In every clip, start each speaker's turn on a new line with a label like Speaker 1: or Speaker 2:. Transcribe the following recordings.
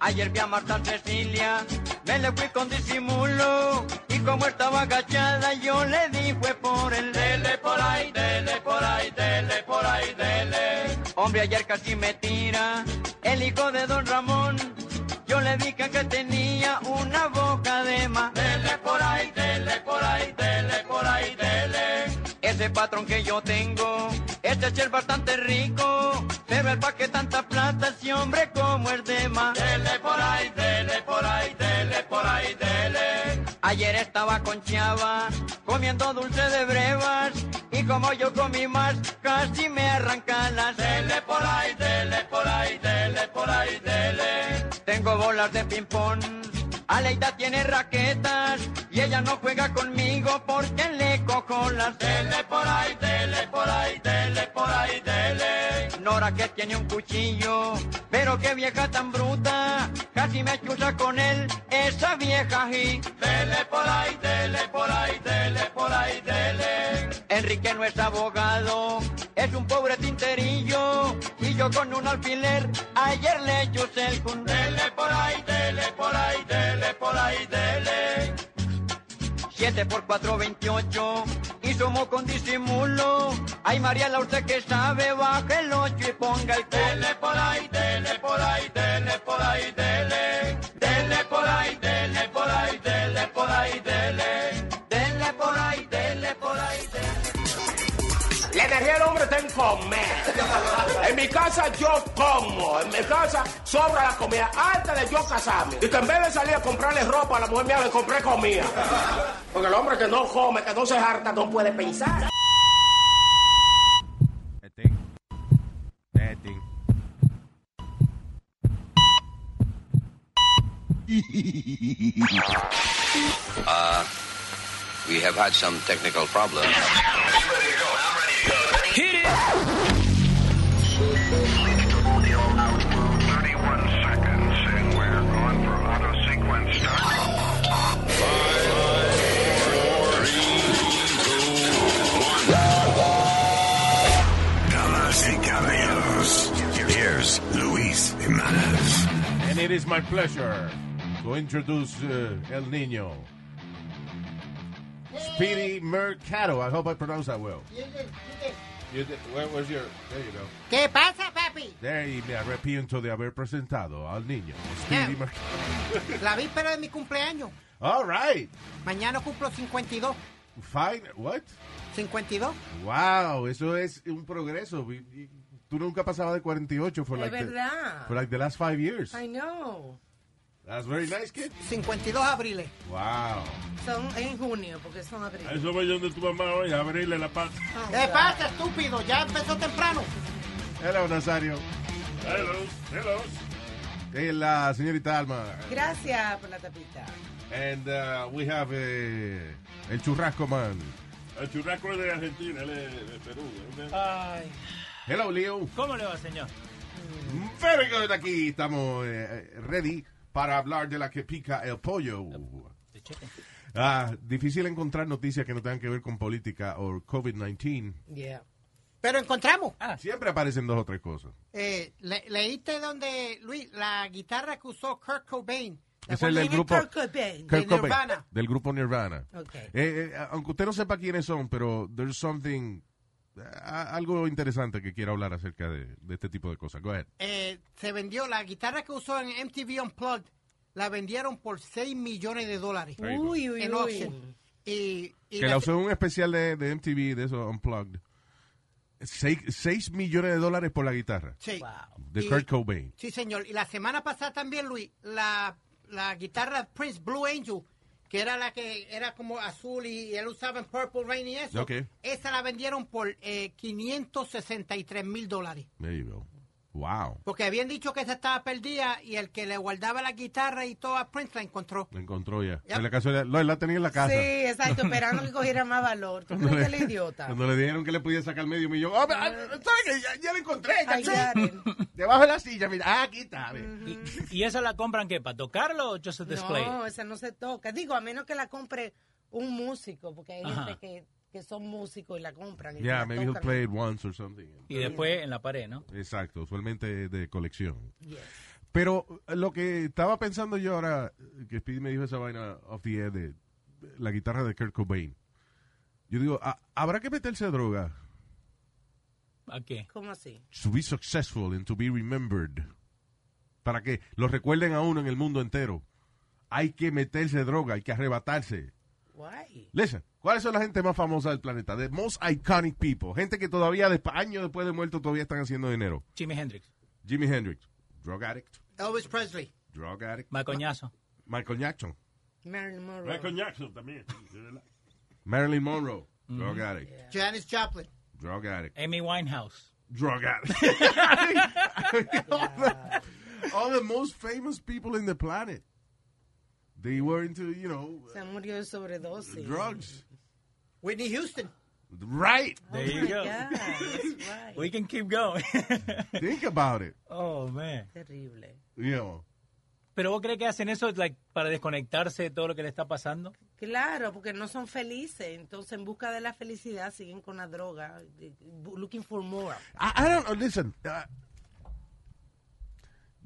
Speaker 1: Ayer vi a Marta Cecilia, me le fui con disimulo. Y como estaba agachada, yo le di fue por el dele por ahí, dele por ahí, dele por ahí, dele. Hombre, ayer casi me tira el hijo de don Ramón. Yo le dije que tenía una boca de más. Dele por ahí, dele por ahí, dele por ahí, dele. Ese patrón que yo tengo, este es el bastante rico. Pero el pa' que tanta plata, si hombre como el de más. Dele por ahí, dele por ahí, dele por ahí, dele. Ayer estaba con Chava, comiendo dulce de brevas. Y como yo comí más, casi me arrancan las. Dele por ahí, dele por ahí, dele por ahí, dele. Tengo bolas de ping-pong. Aleida tiene raquetas y ella no juega conmigo porque le cojo las. Dele por ahí, dele por ahí, dele por ahí, dele. Nora que tiene un cuchillo, pero qué vieja tan bruta. Casi me chucha con él, esa vieja y. Dele por ahí, dele por ahí, dele por ahí, dele. Enrique no es abogado, es un pobre tinterillo. Y yo con un alfiler, ayer le chuse el cun. Dele por ahí, dele por ahí, dele por ahí, dele. 7 por 4, 28. Y somos con disimulo. Ay, María, la usted que sabe, baje el 8 y ponga el Dele por ahí, dele por ahí, dele por ahí, dele. Dele por ahí, dele por ahí, dele por ahí, dele. Dele por ahí, dele por ahí, dele.
Speaker 2: La energía del hombre está en comer. En mi casa yo como. En mi casa sobra la comida antes de yo casarme. Y que en vez de salir a comprarle ropa a la mujer mía, le compré comida. Porque el hombre que no come, que no se harta, no puede pensar.
Speaker 3: Testing. Testing.
Speaker 4: We have had some technical problems.
Speaker 5: Damas y caballeros, here's Luis Jimenez.
Speaker 3: And it is my pleasure to introduce uh, El Nino. Speedy Mercado. I hope I pronounced that well. You did- where was your? There you go.
Speaker 6: ¿Qué pasa, papi?
Speaker 3: There, y me arrepiento de haber presentado al niño. Speedy
Speaker 6: Yeah.
Speaker 3: Mercado.
Speaker 6: La víspera de mi cumpleaños.
Speaker 3: All right.
Speaker 6: Mañana cumplo 52.
Speaker 3: Fine. What?
Speaker 6: 52.
Speaker 3: Wow, eso es un progreso. Y- y Tú nunca pasabas de 48 for
Speaker 7: Es
Speaker 3: like, The,
Speaker 7: verdad.
Speaker 3: for like the last five years.
Speaker 7: I know.
Speaker 3: That's very nice, kid.
Speaker 6: 52 abriles.
Speaker 3: Wow.
Speaker 7: Son en junio, porque son abril.
Speaker 8: Eso voy donde tu mamá hoy, a abrirle la pata.
Speaker 7: Oh,
Speaker 6: ¿Qué
Speaker 7: God.
Speaker 6: pasa, estúpido? Ya empezó temprano.
Speaker 3: Hello, Nazario.
Speaker 8: Hello, hello.
Speaker 3: Eh, La señorita Alma.
Speaker 7: Gracias por la tapita.
Speaker 3: And uh, we have eh, el churrasco man.
Speaker 8: El churrasco es de Argentina, él es de Perú. ¿eh?
Speaker 9: Ay,
Speaker 3: Hello, Leo.
Speaker 9: ¿Cómo le va, señor?
Speaker 3: Very good. Aquí estamos eh, ready para hablar de la que pica el pollo. Ah, difícil encontrar noticias que no tengan que ver con política o COVID-19.
Speaker 7: Yeah.
Speaker 6: Pero encontramos.
Speaker 9: Ah.
Speaker 3: Siempre aparecen dos o tres cosas.
Speaker 6: Eh, le- ¿Leíste donde, Luis, la guitarra que usó Kurt Cobain? La
Speaker 3: Es el del
Speaker 7: Viene
Speaker 3: grupo
Speaker 7: Kurt Cobain.
Speaker 3: Kurt Cobain,
Speaker 6: Nirvana.
Speaker 3: del grupo Nirvana.
Speaker 7: Ok.
Speaker 3: Eh, eh, aunque usted no sepa quiénes son, pero there's something, eh, algo interesante que quiero hablar acerca de, de este tipo de cosas. Go ahead.
Speaker 6: eh, se vendió, la guitarra que usó en MTV Unplugged, la vendieron por 6 millones de dólares
Speaker 7: Uy, uy,
Speaker 6: en
Speaker 7: uy.
Speaker 6: auction. Y, y
Speaker 3: Que
Speaker 6: la-
Speaker 3: la usó en un especial de, de MTV, de eso, Unplugged. 6 millones de dólares por la guitarra.
Speaker 6: sí.
Speaker 3: De
Speaker 6: Y-
Speaker 3: Kurt Cobain.
Speaker 6: Sí, señor. Y la semana pasada también, Luis, la, la guitarra Prince Blue Angel, que era la que era como azul y, y él usaba en Purple Rain y eso,
Speaker 3: Ok.
Speaker 6: esa la vendieron por eh, 563 mil dólares.
Speaker 3: There you go. Wow.
Speaker 6: Porque habían dicho que esa estaba perdida y el que le guardaba la guitarra y todo a Prince la encontró.
Speaker 3: Lo encontró ya.
Speaker 6: Yep.
Speaker 3: En la casualidad. No, él la tenía en la casa.
Speaker 7: Sí, exacto, esperando que cogiera más valor. ¿Tú crees que él es idiota?
Speaker 3: Cuando le dijeron que le podía sacar medio millón. ¡Ah, ah, ¿sabes qué? Ya, ya la encontré.
Speaker 7: Ay,
Speaker 3: caché.
Speaker 7: Karen.
Speaker 3: Debajo de la silla. Mira. Ah, aquí está. ve.
Speaker 9: ¿Y, y esa la compran qué? ¿Para tocarlo o just a display?
Speaker 7: No, esa no se toca. Digo, a menos que la compre un músico, porque hay
Speaker 9: Ajá.
Speaker 7: gente que, que son músicos y la compran. y
Speaker 3: Yeah,
Speaker 7: la
Speaker 3: maybe he'll
Speaker 7: tocan.
Speaker 3: play it once or something.
Speaker 9: Y después en la pared, ¿no?
Speaker 3: Exacto, usualmente de colección.
Speaker 7: Yes.
Speaker 3: Pero eh, lo que estaba pensando yo ahora, que Speedy me dijo esa vaina off the air de la guitarra de Kurt Cobain. Yo digo, "Ah, ¿habrá que meterse droga?
Speaker 9: ¿A qué?
Speaker 7: ¿Cómo así?
Speaker 3: To be successful and to be remembered. Para que lo recuerden a uno en el mundo entero. Hay que meterse droga, hay que arrebatarse.
Speaker 7: Why?
Speaker 3: Listen, ¿cuáles son la gente más famosa del planeta? The most iconic people. Gente que todavía, desp- años después de muerto, todavía están haciendo dinero.
Speaker 9: Jimi Hendrix.
Speaker 3: Jimi Hendrix, drug addict,
Speaker 6: Elvis Presley.
Speaker 3: drug addict.
Speaker 9: Ma coñazo.
Speaker 3: Michael Jackson,
Speaker 7: Marilyn Monroe.
Speaker 8: Michael Jackson también. de verdad.
Speaker 3: Marilyn Monroe, drug addict,
Speaker 6: Janis Joplin.
Speaker 3: drug addict,
Speaker 9: Amy Winehouse.
Speaker 3: drug addict. all, the, all the most famous people in the planet. They were into, you know,
Speaker 7: Se murió de sobredosis.
Speaker 3: drugs.
Speaker 6: Whitney Houston.
Speaker 3: Right.
Speaker 7: Oh
Speaker 9: There you go.
Speaker 7: Yeah, that's right.
Speaker 9: We can keep going.
Speaker 3: Think about it.
Speaker 9: oh, man.
Speaker 7: Terrible.
Speaker 3: You know.
Speaker 9: ¿Pero vos crees que hacen eso like, para desconectarse de todo lo que le está pasando?
Speaker 7: Claro, porque no son felices. Entonces, en busca de la felicidad, siguen con la droga. eh, bu- Looking for more.
Speaker 3: I, I don't know. Listen, uh,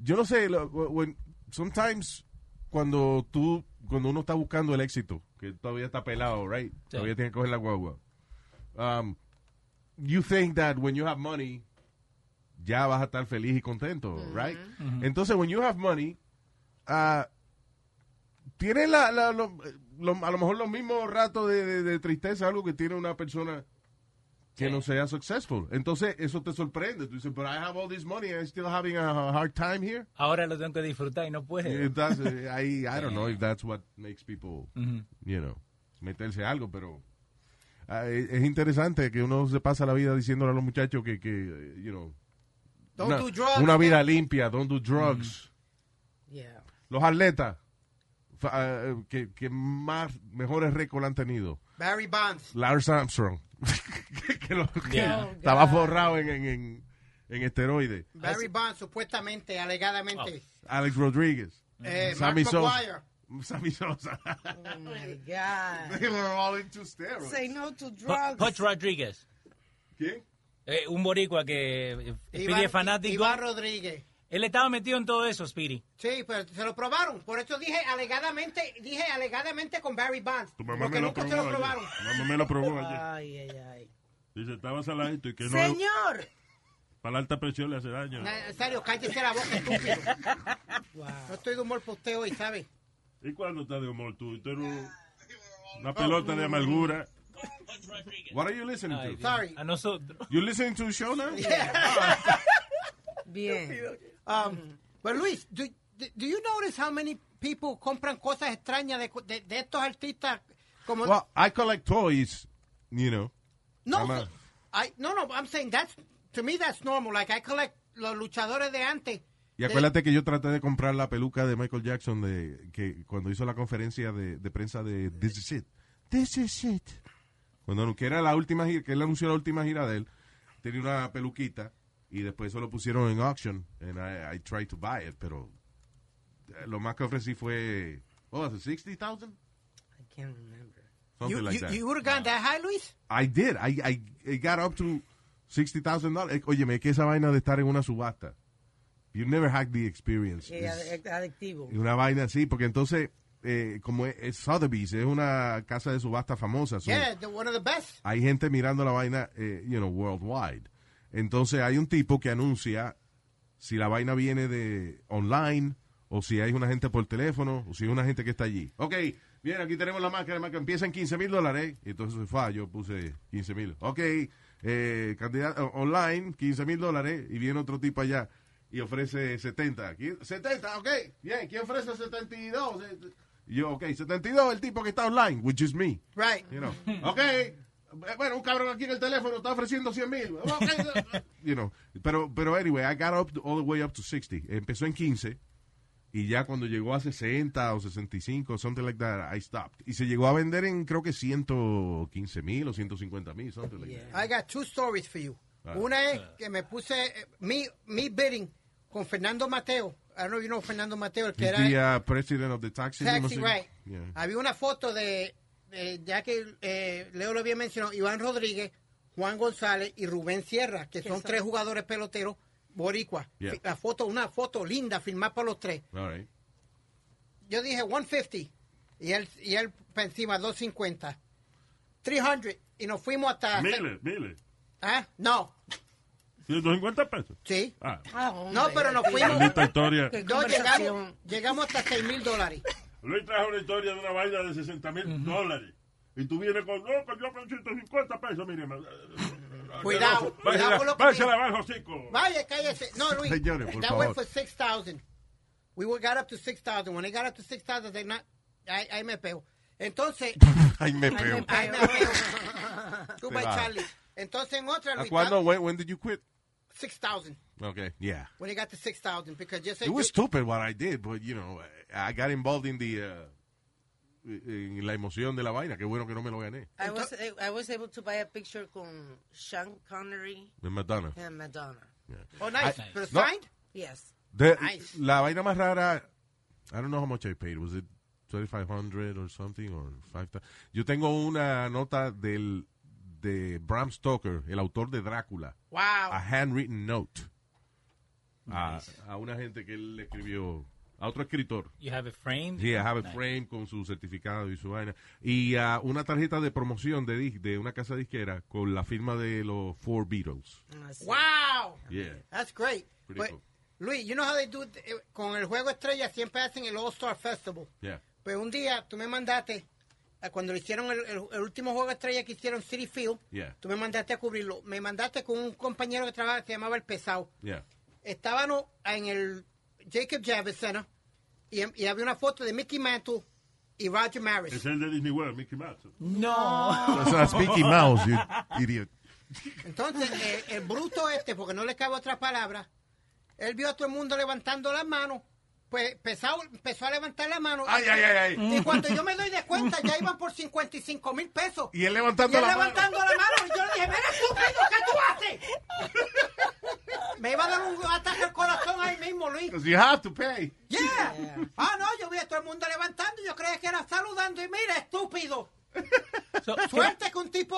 Speaker 3: yo no sé. lo- when- sometimes cuando tú, cuando uno está buscando el éxito, que todavía está pelado, right?
Speaker 9: Sí.
Speaker 3: Todavía tiene que coger la guagua. Um, you think that when you have money, ya vas a estar feliz y contento, right? Entonces, when you have money, ah, tiene la, la- lo- lo- a lo mejor los mismos ratos de, de- de tristeza, algo que tiene una persona que no sea successful. Entonces, eso te sorprende. Tú dices, but I have all this money and I'm still having a hard time here.
Speaker 9: Ahora lo tengo que disfrutar y no puede.
Speaker 3: It does- I, I don't know if that's what makes people,
Speaker 9: Ujú.
Speaker 3: you know, meterse algo, pero ah, es es interesante que uno se pasa la vida diciéndole a los muchachos que, que you know,
Speaker 6: Don't
Speaker 3: una,
Speaker 6: do drugs.
Speaker 3: una vida limpia, don't do drugs.
Speaker 7: Yeah.
Speaker 3: Los atletas fa- ah, que, que más mejores récords han tenido.
Speaker 6: Barry Bonds.
Speaker 3: Lars Armstrong, que, lo- que
Speaker 6: Oh,
Speaker 9: Yeah.
Speaker 3: estaba forrado en, en, en, en esteroides.
Speaker 6: Barry Bonds, supuestamente, alegadamente.
Speaker 3: Alex Rodríguez,
Speaker 6: Eh,
Speaker 3: Sammy
Speaker 6: Mark
Speaker 3: Sosa.
Speaker 6: McGuire.
Speaker 3: Sammy Sosa.
Speaker 7: Oh
Speaker 6: Mm.
Speaker 7: my God.
Speaker 3: They were all into steroids.
Speaker 7: Say no to drugs.
Speaker 9: Po- Poch Rodríguez.
Speaker 3: ¿Quién?
Speaker 9: Eh, un boricua que eh, Speedy
Speaker 6: Iván-
Speaker 9: es fanático.
Speaker 6: Iván Rodríguez.
Speaker 9: Él estaba metido en todo eso, Speedy.
Speaker 6: Sí, pero se lo probaron. Por eso dije alegadamente, dije alegadamente con Barry Bonds.
Speaker 8: Tu mamá
Speaker 6: Porque
Speaker 8: me lo
Speaker 6: nunca se lo
Speaker 8: probó ayer.
Speaker 6: probaron. Ah.
Speaker 8: Tu Mamá me lo probó ayer.
Speaker 7: Ay, ay, ay.
Speaker 8: Dice, estaba saladito y que no,
Speaker 7: Señor.
Speaker 8: para la alta presión le hace daño.
Speaker 6: Na- En serio, cállese la boca, estúpido. No estoy de humor para usted hoy, ¿sabe?
Speaker 8: ¿Y cuándo estás de humor tú? Tú eres un- una pelota
Speaker 6: Oh.
Speaker 8: de amargura.
Speaker 3: What are you listening to?
Speaker 6: Sorry.
Speaker 9: A nosotros.
Speaker 3: You listening to the show now?
Speaker 7: Bien.
Speaker 6: Um, but Luis, do, do- do you notice how many people compran cosas extrañas de, de- de estos artistas? Como,
Speaker 3: Well, I collect toys, you know.
Speaker 6: no,
Speaker 3: I'm a-
Speaker 6: I- no, no, I'm saying that's, to me that's normal. Like I collect los luchadores de antes.
Speaker 3: Y acuérdate que yo traté de comprar la peluca de Michael Jackson de que cuando hizo la conferencia de, de prensa de This Is It. This Is It. Cuando que era la última gira, que él anunció la última gira de él, tenía una peluquita y después eso lo pusieron en auction and I, I tried to buy it, pero eh, lo más que ofrecí fue oh, $60,000?
Speaker 7: I can't remember.
Speaker 3: Something
Speaker 6: you,
Speaker 3: like
Speaker 6: you,
Speaker 3: that. Ah.
Speaker 6: would have gone that high, Luis?
Speaker 3: I did. I, I, it got up to $60,000. Oye, me Eh, que esa vaina de estar en una subasta. You never had the experience.
Speaker 7: Eh,
Speaker 3: It's-
Speaker 7: ad- adictivo.
Speaker 3: Y una vaina así, porque entonces, eh, como es, es Sotheby's, es una casa de subasta famosa. so
Speaker 6: Yeah, the, one of the best.
Speaker 3: Hay gente mirando la vaina, eh, you know, worldwide. Entonces hay un tipo que anuncia si la vaina viene de online o si hay una gente por teléfono o si hay una gente que está allí. Ok, bien, aquí tenemos la máscara, que empieza en 15 mil dólares. Y Entonces, fa, yo puse 15 mil. Ok, eh, cantidad o- online, 15 mil dólares. Y viene otro tipo allá y ofrece 70. ¿Qui- 70, ok, bien, ¿quién ofrece 72? Eh, y Yo, ok, 72, el tipo que está online, which is me.
Speaker 6: Right.
Speaker 3: You know, ok, eh, bueno, un cabrón aquí en el teléfono está ofreciendo 100 mil. you know, pero, pero anyway, I got up to- all the way up to 60. Empezó en 15 y ya cuando llegó a 60 o 65, something like that, I stopped. Y se llegó a vender en creo que 115 mil o 150 mil, something like that.
Speaker 6: I got two stories for you.
Speaker 3: Ah.
Speaker 6: Una es que me puse eh, mi, mi bidding con Fernando Mateo. I don't know if you know Fernando Mateo, el que
Speaker 3: He's
Speaker 6: era
Speaker 3: the uh, president of the taxi,
Speaker 6: taxi,
Speaker 3: limousine-
Speaker 6: right.
Speaker 3: Yeah.
Speaker 6: Había una foto de, de- ya que eh, Leo lo había mencionado, Iván Rodríguez, Juan González y Rubén Sierra, que son tres jugadores peloteros boricua.
Speaker 3: Yeah.
Speaker 6: La foto, una foto linda filmada por los tres.
Speaker 3: All right.
Speaker 6: Yo dije 150 y él, y él para encima 250. 300 y nos fuimos hasta...
Speaker 8: Miles, miles.
Speaker 6: ¿Ah? No,
Speaker 8: 150 pesos.
Speaker 6: sí.
Speaker 8: Ah,
Speaker 7: Ah, hombre.
Speaker 6: No, pero nos fuimos...
Speaker 8: maldita historia.
Speaker 7: Qué
Speaker 6: No, llegamos,
Speaker 7: conversación.
Speaker 6: llegamos hasta 6 mil dólares.
Speaker 8: Luis trajo una historia de una vaina de 60 mil dólares. Y tú vienes con, no, que yo con 150 pesos, mire. eh,
Speaker 6: Cuidado, cuidado con lo que
Speaker 8: Váyase
Speaker 6: dice.
Speaker 8: abajo, chico.
Speaker 6: Vaya, cállese. No, Luis.
Speaker 3: Señores, por
Speaker 6: that
Speaker 3: favor.
Speaker 6: went for 6,000. We were- got up to 6,000. When they got up to 6,000, they not... Ahí, ahí me pego. Entonces,
Speaker 3: Ay, me
Speaker 7: Ay, me pego.
Speaker 3: peo.
Speaker 6: ahí me pego. Goodbye,
Speaker 3: Te va.
Speaker 6: Charlie. Entonces, en otra,
Speaker 3: ¿A
Speaker 6: Luis, ¿ah?
Speaker 3: cuándo? When, when did you quit?
Speaker 6: 6,000.
Speaker 3: Okay. Yeah.
Speaker 6: When they got to 6,000, because just...
Speaker 3: It was stupid what I did, but you know, I got involved in the uh, en la emoción de la vaina. Qué bueno que no me lo gané.
Speaker 7: I was, I was able to buy a picture con Sean Connery
Speaker 3: En Madonna.
Speaker 7: and Madonna.
Speaker 6: Oh, nice.
Speaker 3: I-
Speaker 6: Pero
Speaker 3: No.
Speaker 6: signed?
Speaker 7: Yes.
Speaker 3: The-
Speaker 6: Nice.
Speaker 3: La vaina más rara, I don't know how much I paid. Was it 2500 or something or 5000? Yo tengo una nota del de Bram Stoker, el autor de Drácula. A
Speaker 6: Wow.
Speaker 3: handwritten note. A, a una gente que él le escribió, a otro escritor.
Speaker 9: You have it framed.
Speaker 3: Sí, I have a
Speaker 9: Nice.
Speaker 3: frame con su certificado y su vaina. Y ah, una tarjeta de promoción de, dis- de una casa disquera con la firma de los Four Beatles.
Speaker 6: Mm. Wow.
Speaker 3: Yeah.
Speaker 6: That's great.
Speaker 3: Pretty
Speaker 6: But,
Speaker 3: cool.
Speaker 6: Luis, you know how they do... it, eh, Con el Juego Estrella siempre hacen el All-Star Festival.
Speaker 3: Yeah.
Speaker 6: Pues un día tú me mandaste, a cuando le hicieron el, el- el último juego estrella que hicieron City Field,
Speaker 3: Yeah.
Speaker 6: tú me mandaste a cubrirlo. Me mandaste con un compañero que trabaja que se llamaba El Pesado.
Speaker 3: Yeah.
Speaker 6: Estábamos en el Jacob Javits Center y, y había una foto de Mickey Mantle y Roger Maris.
Speaker 8: Es el de Disney World, Mickey Mouse.
Speaker 9: No.
Speaker 3: That's Mickey Mouse, you idiot.
Speaker 6: Entonces, el, el bruto este, porque no le cabe otra palabra, él vio a todo el mundo levantando las manos. Pues Pesado empezó a levantar la mano.
Speaker 3: Ay, ay, ay, ay.
Speaker 6: Y cuando yo me doy de cuenta, ya iban por 55 mil pesos.
Speaker 3: Y él
Speaker 6: Y
Speaker 3: levantando
Speaker 6: él
Speaker 3: la
Speaker 6: levantando la mano, y yo le dije, mira estúpido, ¿qué tú haces? Me iba a dar un ataque al corazón ahí mismo, Luis.
Speaker 3: mano. You have to pay.
Speaker 6: Yeah. Ah, no, yo vi a todo el mundo levantando, yo creía que era saludando, y mira, estúpido.
Speaker 9: So,
Speaker 6: Suerte que un tipo,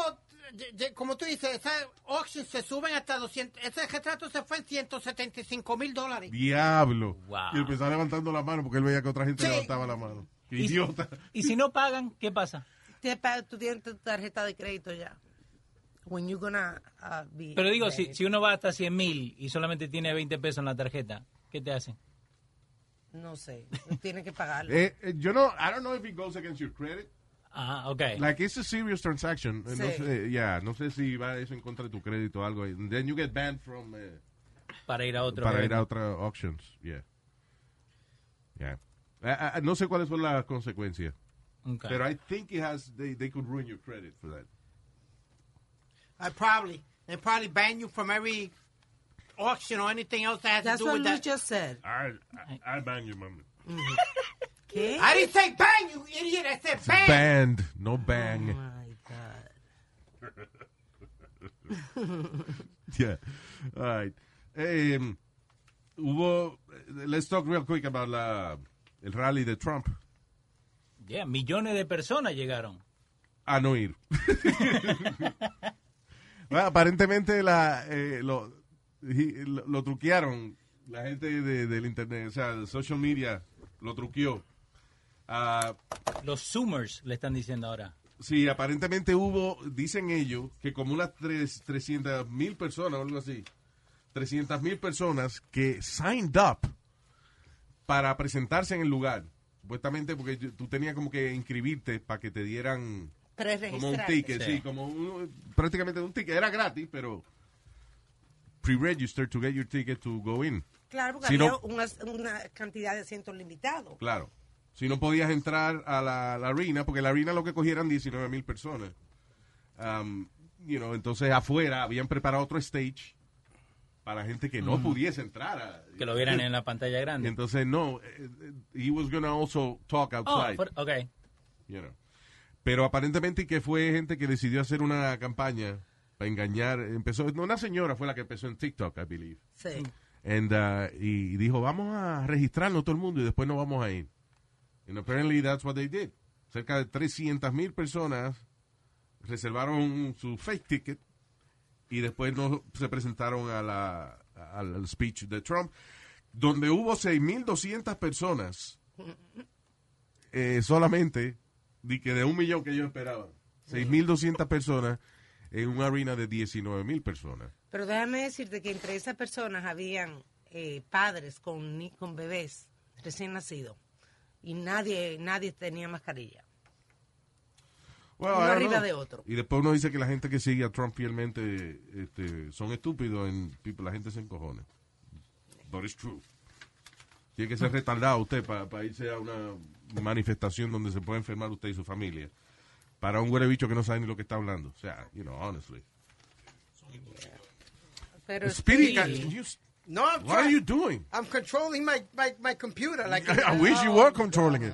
Speaker 6: ye- ye- como tú dices, esas auctions se suben hasta 200, ese retrato se fue en 175 mil dólares.
Speaker 3: Diablo.
Speaker 9: Wow.
Speaker 3: Y empezaba levantando la mano porque él veía que otra gente
Speaker 6: Sí.
Speaker 3: levantaba la mano. Qué
Speaker 9: y,
Speaker 3: idiota.
Speaker 9: y si no pagan, ¿qué pasa?
Speaker 7: Te pa- Tú tienes tu tarjeta de crédito ya. When you gonna uh, be
Speaker 9: Pero digo,
Speaker 7: ready.
Speaker 9: si, si uno va hasta 100 mil y solamente tiene 20 pesos en la tarjeta, ¿qué te hacen?
Speaker 7: No sé. Tienes que pagarlo.
Speaker 3: Eh, eh, yo no, I don't know if it goes against your credit.
Speaker 9: Ah, ok.
Speaker 3: Like, it's a serious transaction. Eh, No
Speaker 7: Sí.
Speaker 3: sé, yeah, no sé si va eso en contra de tu crédito o algo. And then you get banned from... eh,
Speaker 9: para ir a otro.
Speaker 3: para ir
Speaker 9: evento.
Speaker 3: a otras auctions. Yeah. Yeah. Ah, ah, no sé cuáles son las consecuencias,
Speaker 9: Ok.
Speaker 3: pero I think it has they, they could ruin your credit for that.
Speaker 6: I probably, they probably ban you from every auction or anything else that has
Speaker 7: That's
Speaker 6: to do
Speaker 7: what
Speaker 6: with
Speaker 7: Luis
Speaker 6: that.
Speaker 7: just said.
Speaker 8: I, I, I bang you, mami.
Speaker 7: ¿Qué?
Speaker 6: I didn't say ban, you idiot, I said ban.
Speaker 3: Banned, no
Speaker 7: Oh
Speaker 3: bang.
Speaker 7: my God.
Speaker 3: Yeah. All right. Em, hubo let's talk real quick about la el rally de Trump.
Speaker 9: Yeah, millones de personas llegaron.
Speaker 3: a no ir. Bueno, aparentemente la, eh, lo, hi- lo, lo truquearon la gente de- del internet, o sea, de social media lo truqueó. Ah,
Speaker 9: Los Zoomers le están diciendo ahora.
Speaker 3: sí, aparentemente hubo, dicen ellos, que como unas tres, 300 mil personas o algo así, 300 mil personas que signed up para presentarse en el lugar. Supuestamente porque yo- tú tenías como que inscribirte para que te dieran
Speaker 7: Tres
Speaker 3: como un
Speaker 7: registrados.
Speaker 3: ticket, sí,
Speaker 9: Sí.
Speaker 3: como un- prácticamente un ticket. Era gratis, pero pre-register to get your ticket to go in.
Speaker 7: Claro, porque
Speaker 3: Si
Speaker 7: había
Speaker 3: no-
Speaker 7: una, una cantidad de asientos limitados.
Speaker 3: Claro. Si no podías entrar a la, la arena, porque la arena lo que cogieran 19 mil personas. Um, you know, entonces afuera habían preparado otro stage para gente que no pudiese entrar. a-
Speaker 9: Que lo vieran en la pantalla grande.
Speaker 3: Entonces, no, eh, eh, he was gonna also talk
Speaker 9: Oh,
Speaker 3: outside.
Speaker 9: for- ok.
Speaker 3: you know. Pero aparentemente que fue gente que decidió hacer una campaña para engañar. Empezó, no, una señora fue la que empezó en TikTok, I believe.
Speaker 7: Sí.
Speaker 3: And, uh, y dijo, vamos a registrarnos todo el mundo y después nos vamos a ir. And apparently that's what they did. Cerca de 300 mil personas reservaron su fake ticket y después no se presentaron a la- al, al speech de Trump, donde hubo 6.200 personas eh, solamente de, que de un millón que yo esperaba. 6.200 personas en una arena de 19.000 personas.
Speaker 7: Pero déjame decirte que entre esas personas habían eh, padres con, ni- con bebés recién nacidos. Y nadie, nadie tenía mascarilla.
Speaker 3: Bueno,
Speaker 7: Uno
Speaker 3: I don't
Speaker 7: arriba
Speaker 3: know.
Speaker 7: de otro.
Speaker 3: Y después uno dice que la gente que sigue a Trump fielmente este, son estúpidos, en, people, la gente se encojona. But it's true. Tiene que ser retardado usted para irse a una manifestación donde se puede enfermar usted y su familia. Para un güey bicho que no sabe ni lo que está hablando. O sea, you know, honestly.
Speaker 7: Pero
Speaker 3: Speedy,
Speaker 7: sí.
Speaker 3: can you-
Speaker 6: No, I'm
Speaker 3: what are
Speaker 6: trying-
Speaker 3: you doing?
Speaker 6: I'm controlling my, my, my computer. Like
Speaker 3: I wish
Speaker 7: Oh,
Speaker 3: you were controlling it.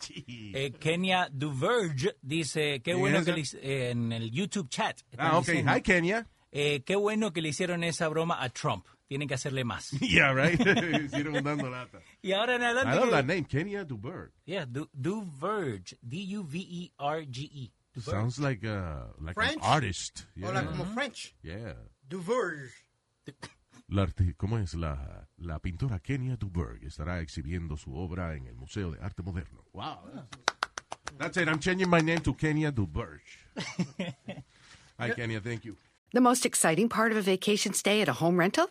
Speaker 3: Gee.
Speaker 9: Eh, Kenya Duverge dice, qué
Speaker 3: ¿Quién
Speaker 9: bueno
Speaker 3: es
Speaker 9: que
Speaker 3: esa?
Speaker 9: le hic- eh, en el YouTube chat. están
Speaker 3: ah, ok.
Speaker 9: diciendo,
Speaker 3: Hi, Kenya.
Speaker 9: eh, qué bueno que le hicieron esa broma a Trump. Tienen que hacerle más.
Speaker 3: Yeah, right. Hicieron dando lata.
Speaker 9: Y ahora en adelante...
Speaker 3: I love
Speaker 9: que-
Speaker 3: that name, Kenya Dubert.
Speaker 9: Yeah, Du- Duverge. E D-U-V-E-R-G-E. Duverge.
Speaker 3: Sounds like a like an
Speaker 6: French?
Speaker 3: artist.
Speaker 6: Or
Speaker 3: Yeah.
Speaker 6: like como French.
Speaker 3: yeah.
Speaker 6: Duverge.
Speaker 3: La arti- ¿Cómo es la, la pintora Kenya Duberg estará exhibiendo su obra en el Museo de Arte Moderno? Wow. That's it. I'm changing my name to Kenya Duberg. Hi Kenya, thank you.
Speaker 10: The most exciting part of a vacation stay at a home rental?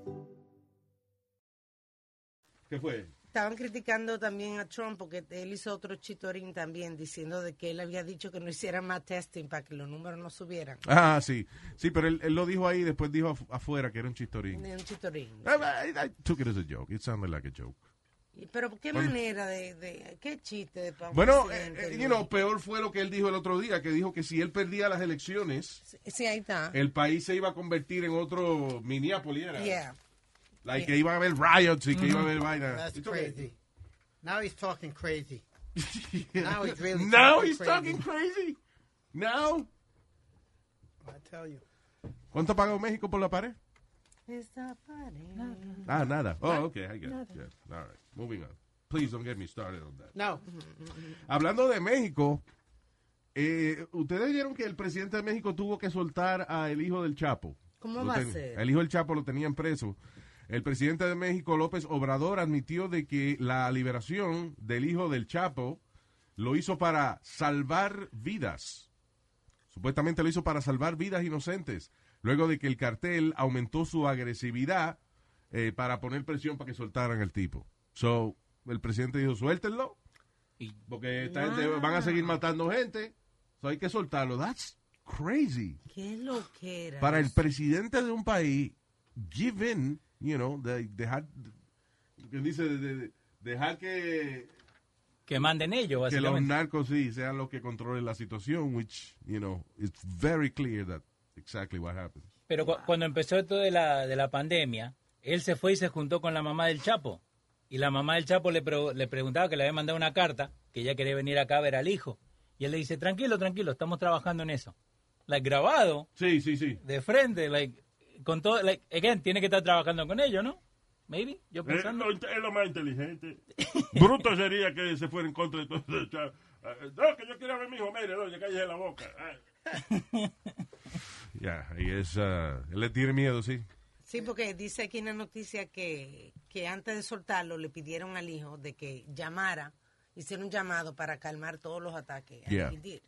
Speaker 3: ¿Qué fue?
Speaker 7: Estaban criticando también a Trump porque él hizo otro chitorín también diciendo de que él había dicho que no hiciera más testing para que los números no subieran.
Speaker 3: Ah, sí. Sí, pero él, él lo dijo ahí, después dijo afu- afuera que era un chistorín.
Speaker 7: Ni Un chitorín.
Speaker 3: I, I- I took it as a joke. It sounded like a joke.
Speaker 7: Y- Pero qué
Speaker 3: Bueno.
Speaker 7: manera de, de- qué chiste de para un
Speaker 3: Bueno,
Speaker 7: presidente,
Speaker 3: eh, eh,
Speaker 7: Luis.
Speaker 3: you know, peor fue lo que él dijo el otro día, que dijo que si él perdía las elecciones,
Speaker 7: Sí, ahí está.
Speaker 3: el país se iba a convertir en otro Minneapolis. era.
Speaker 7: Yeah.
Speaker 3: Like que iba a haber riots y que iba a haber vaina.
Speaker 6: That's crazy. Now he's talking crazy. Now he's really
Speaker 3: Now
Speaker 6: talking
Speaker 3: he's
Speaker 6: crazy.
Speaker 3: talking crazy. Now.
Speaker 6: I tell you.
Speaker 3: ¿Cuánto pagó México por la pared?
Speaker 7: Esa pared.
Speaker 3: Ah, nada. Oh, okay, I get it. Yeah, All right, moving on. Please don't get me started on that.
Speaker 6: No.
Speaker 3: Hablando de México, eh, ustedes vieron que el presidente de México tuvo que soltar al hijo del Chapo.
Speaker 7: ¿Cómo
Speaker 3: Lo
Speaker 7: va a
Speaker 3: ten-
Speaker 7: ser?
Speaker 3: El hijo del Chapo lo tenían preso. El presidente de México, López Obrador, admitió de que la liberación del hijo del Chapo lo hizo para salvar vidas. Supuestamente lo hizo para salvar vidas inocentes, luego de que el cartel aumentó su agresividad eh, para poner presión para que soltaran al tipo. So, el presidente dijo, suéltenlo,
Speaker 9: Y-
Speaker 3: porque esta gente van a seguir matando gente, so hay que soltarlo. That's crazy.
Speaker 7: Qué loquera.
Speaker 3: Para el presidente de un país, give in, you know, de- dejar, ¿qué dice? De- de- dejar que,
Speaker 9: Que manden ellos,
Speaker 3: que los
Speaker 9: básicamente.
Speaker 3: narcos sí sean los que controlen la situación, which, you know, it's very clear that exactly what happened.
Speaker 9: Pero cu- cuando empezó esto de la, de la pandemia, él se fue y se juntó con la mamá del Chapo. Y la mamá del Chapo le, pre- le preguntaba que le había mandado una carta, que ella quería venir acá a ver al hijo. Y él le dice, tranquilo, tranquilo, estamos trabajando en eso. Like, grabado,
Speaker 3: Sí, sí, sí.
Speaker 9: de frente, like, con todo, like, again, tiene que estar trabajando con ellos, ¿no? Maybe,
Speaker 3: Eh,
Speaker 9: yo
Speaker 8: Es
Speaker 9: pensando.
Speaker 8: Eh, lo, es lo más inteligente. Bruto sería que se fuera en contra de todo eso. chao. Ah, No, que yo quiero ver a mi hijo, mire, no, ya cállese la boca. Ah,
Speaker 3: Ya, y es, ah, él le tiene miedo, sí.
Speaker 7: Sí, porque dice aquí en la noticia que, que antes de soltarlo le pidieron al hijo de que llamara, hiciera un llamado para calmar todos los ataques.
Speaker 3: Yeah.
Speaker 7: And he did.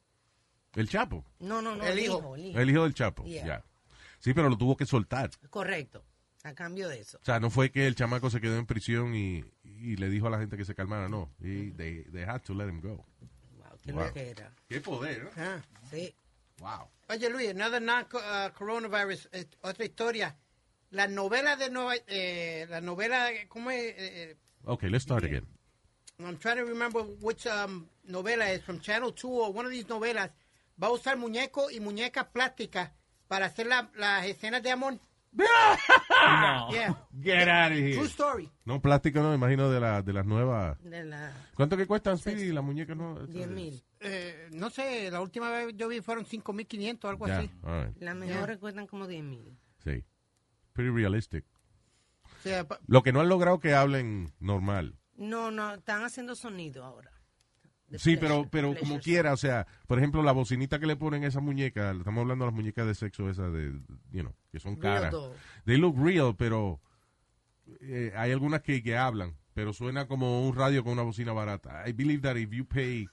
Speaker 3: El Chapo,
Speaker 7: No, no, no,
Speaker 6: El
Speaker 7: el,
Speaker 6: hijo.
Speaker 7: hijo, el hijo.
Speaker 3: el hijo del Chapo, ya.
Speaker 7: Yeah.
Speaker 3: Sí, pero lo tuvo que soltar.
Speaker 7: Correcto. a cambio de eso.
Speaker 3: O sea, no fue que el chamaco se quedó en prisión y, y le dijo a la gente que se calmara, no. Y they, they had to let him go.
Speaker 7: Qué
Speaker 3: Wow.
Speaker 7: loquera.
Speaker 3: Qué poder, ¿no?
Speaker 6: Ah,
Speaker 7: sí.
Speaker 3: Wow.
Speaker 6: Oye, Luis, another non-coronavirus, eh, otra historia. La novela de Nueva... eh, la novela, ¿cómo es? Eh,
Speaker 3: Okay, let's start again.
Speaker 6: I'm trying to remember which um, novela es from Channel 2 o one of these novelas. Va a usar muñeco y muñecas plásticas para hacer la- las escenas de amor. Yeah.
Speaker 3: Get out of here.
Speaker 6: True story.
Speaker 3: No, plástico no, me imagino de, la, de las nuevas.
Speaker 6: De la-
Speaker 3: ¿Cuánto que cuestan,
Speaker 6: Pues,
Speaker 3: Speedy? La muñeca no.
Speaker 6: Eh, no sé, la última vez yo vi fueron 5.500 o algo
Speaker 3: Ya,
Speaker 6: así.
Speaker 3: all right.
Speaker 7: Las mejores cuestan como 10 mil.
Speaker 3: Sí. Pretty realistic.
Speaker 6: O sea, pa-
Speaker 3: Lo que no han logrado que hablen normal.
Speaker 7: No, no, están haciendo sonido ahora. De
Speaker 3: Sí,
Speaker 7: pleasure,
Speaker 3: pero, pero
Speaker 7: pleasure.
Speaker 3: como quiera, o sea, por ejemplo, la bocinita que le ponen a esa muñeca, estamos hablando de las muñecas de sexo esas de, you know, que son
Speaker 7: Real
Speaker 3: caras.
Speaker 7: doll.
Speaker 3: They look real, pero eh, hay algunas que, que hablan, pero suena como un radio con una bocina barata. I believe that if you pay,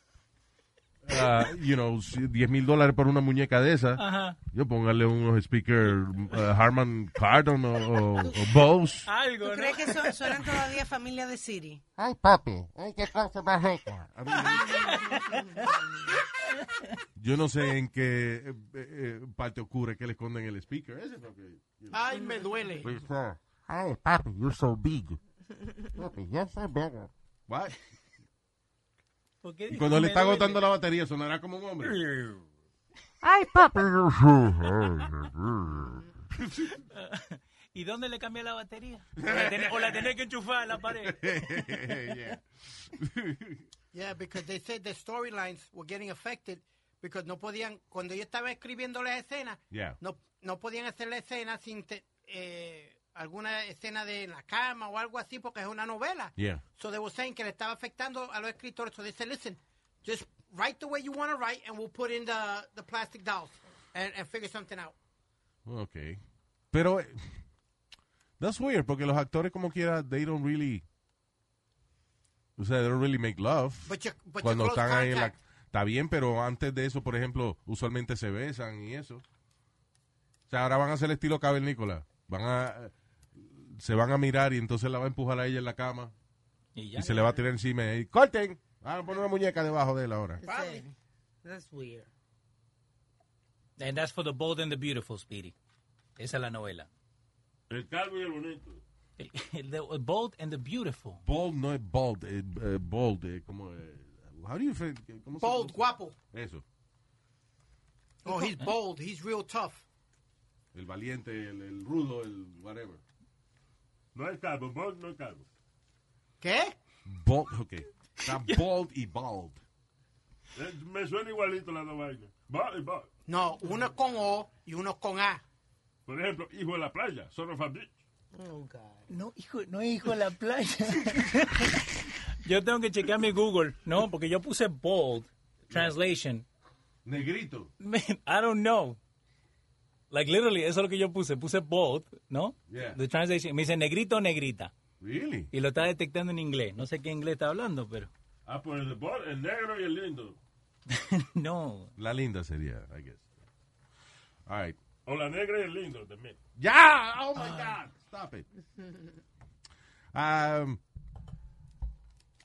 Speaker 3: uh, you know, si- 10 mil dólares por una muñeca de esa,
Speaker 9: Ajá.
Speaker 3: yo póngale unos speakers Harman Kardon o, o, o Bose.
Speaker 9: Algo,
Speaker 7: ¿Tú crees que son, suenan todavía familia de Siri?
Speaker 11: Ay, papi, ay, qué cosa más rica.
Speaker 3: Yo no sé en qué eh, eh, parte ocurre que le esconden el speaker. Ese es lo que-
Speaker 6: Ay, me duele.
Speaker 11: Please, sir. Ay, papi, you're so big. Papi, you're so big.
Speaker 3: What?
Speaker 9: ¿Por qué
Speaker 3: Y
Speaker 9: dijo
Speaker 3: cuando
Speaker 9: que
Speaker 3: le
Speaker 9: me
Speaker 3: está
Speaker 9: duele?
Speaker 3: agotando la batería, sonará como un hombre.
Speaker 11: Ay, papi, you're so big.
Speaker 9: ¿Y dónde le cambié la batería? O la tenés, o la tenés que enchufar en la pared.
Speaker 3: Yeah.
Speaker 6: Yeah, because they said the storylines were getting affected because no podían, cuando yo estaba escribiendo las escenas,
Speaker 3: Yeah.
Speaker 6: no, no podían hacer la escena sin te- eh, alguna escena de la cama o algo así porque es una novela.
Speaker 3: Yeah.
Speaker 6: So they were saying que le estaba afectando a los escritores. So they said, listen, just write the way you want to write and we'll put in the, the plastic dolls and, and figure something out.
Speaker 3: Ok. Pero, eh, that's weird, porque los actores como quiera, they don't really, o sea, they don't really make love.
Speaker 6: But you- but you
Speaker 3: cuando
Speaker 6: close
Speaker 3: están ahí en la...
Speaker 6: contact.
Speaker 3: Está bien, pero antes de eso, por ejemplo, usualmente se besan y eso. O sea, ahora van a hacer estilo cavernícola. Van a... Se van a mirar y entonces la va a empujar a ella en la cama.
Speaker 9: Y,
Speaker 3: se le va a tirar encima y corten. Van a poner una muñeca debajo de él ahora.
Speaker 7: Sí. That's weird.
Speaker 9: And that's for the bold and the beautiful, Speedy. Esa es la novela. El calvo y el bonito. The bold and the beautiful.
Speaker 3: Bold no es bold, es eh, bold, eh, como... eh, how do you say- cómo se
Speaker 6: Bold,
Speaker 3: pronuncia?
Speaker 6: guapo.
Speaker 3: Eso.
Speaker 6: Oh, he's bold. He's real tough.
Speaker 3: El valiente, el, el rudo, el whatever.
Speaker 8: No es calvo, Bob no es calvo.
Speaker 6: ¿Qué?
Speaker 3: Bold, ok. Está bold y bald.
Speaker 8: Eh, Me suena igualito las dos vainas. Bob y Bob.
Speaker 6: No, uno con O y uno con A.
Speaker 8: Por ejemplo, hijo de la playa, son of a bitch.
Speaker 9: No, hijo, no es hijo de la playa. Yo tengo que chequear mi Google, ¿no? Porque yo puse bold, translation.
Speaker 3: Negrito.
Speaker 9: Man, I don't know. Like, literally, eso es lo que yo puse. Puse bold, ¿no?
Speaker 3: Yeah.
Speaker 9: The translation. Me dice negrito o negrita.
Speaker 3: Really?
Speaker 9: Y lo está detectando en inglés. No sé qué inglés está hablando, pero...
Speaker 8: Ah, pues el de Bob, el negro y el lindo.
Speaker 9: No.
Speaker 3: La linda sería, I guess. All right.
Speaker 8: O la negra y el lindo también.
Speaker 3: ¡Ya! ¡Oh, my God! Stop it. Um,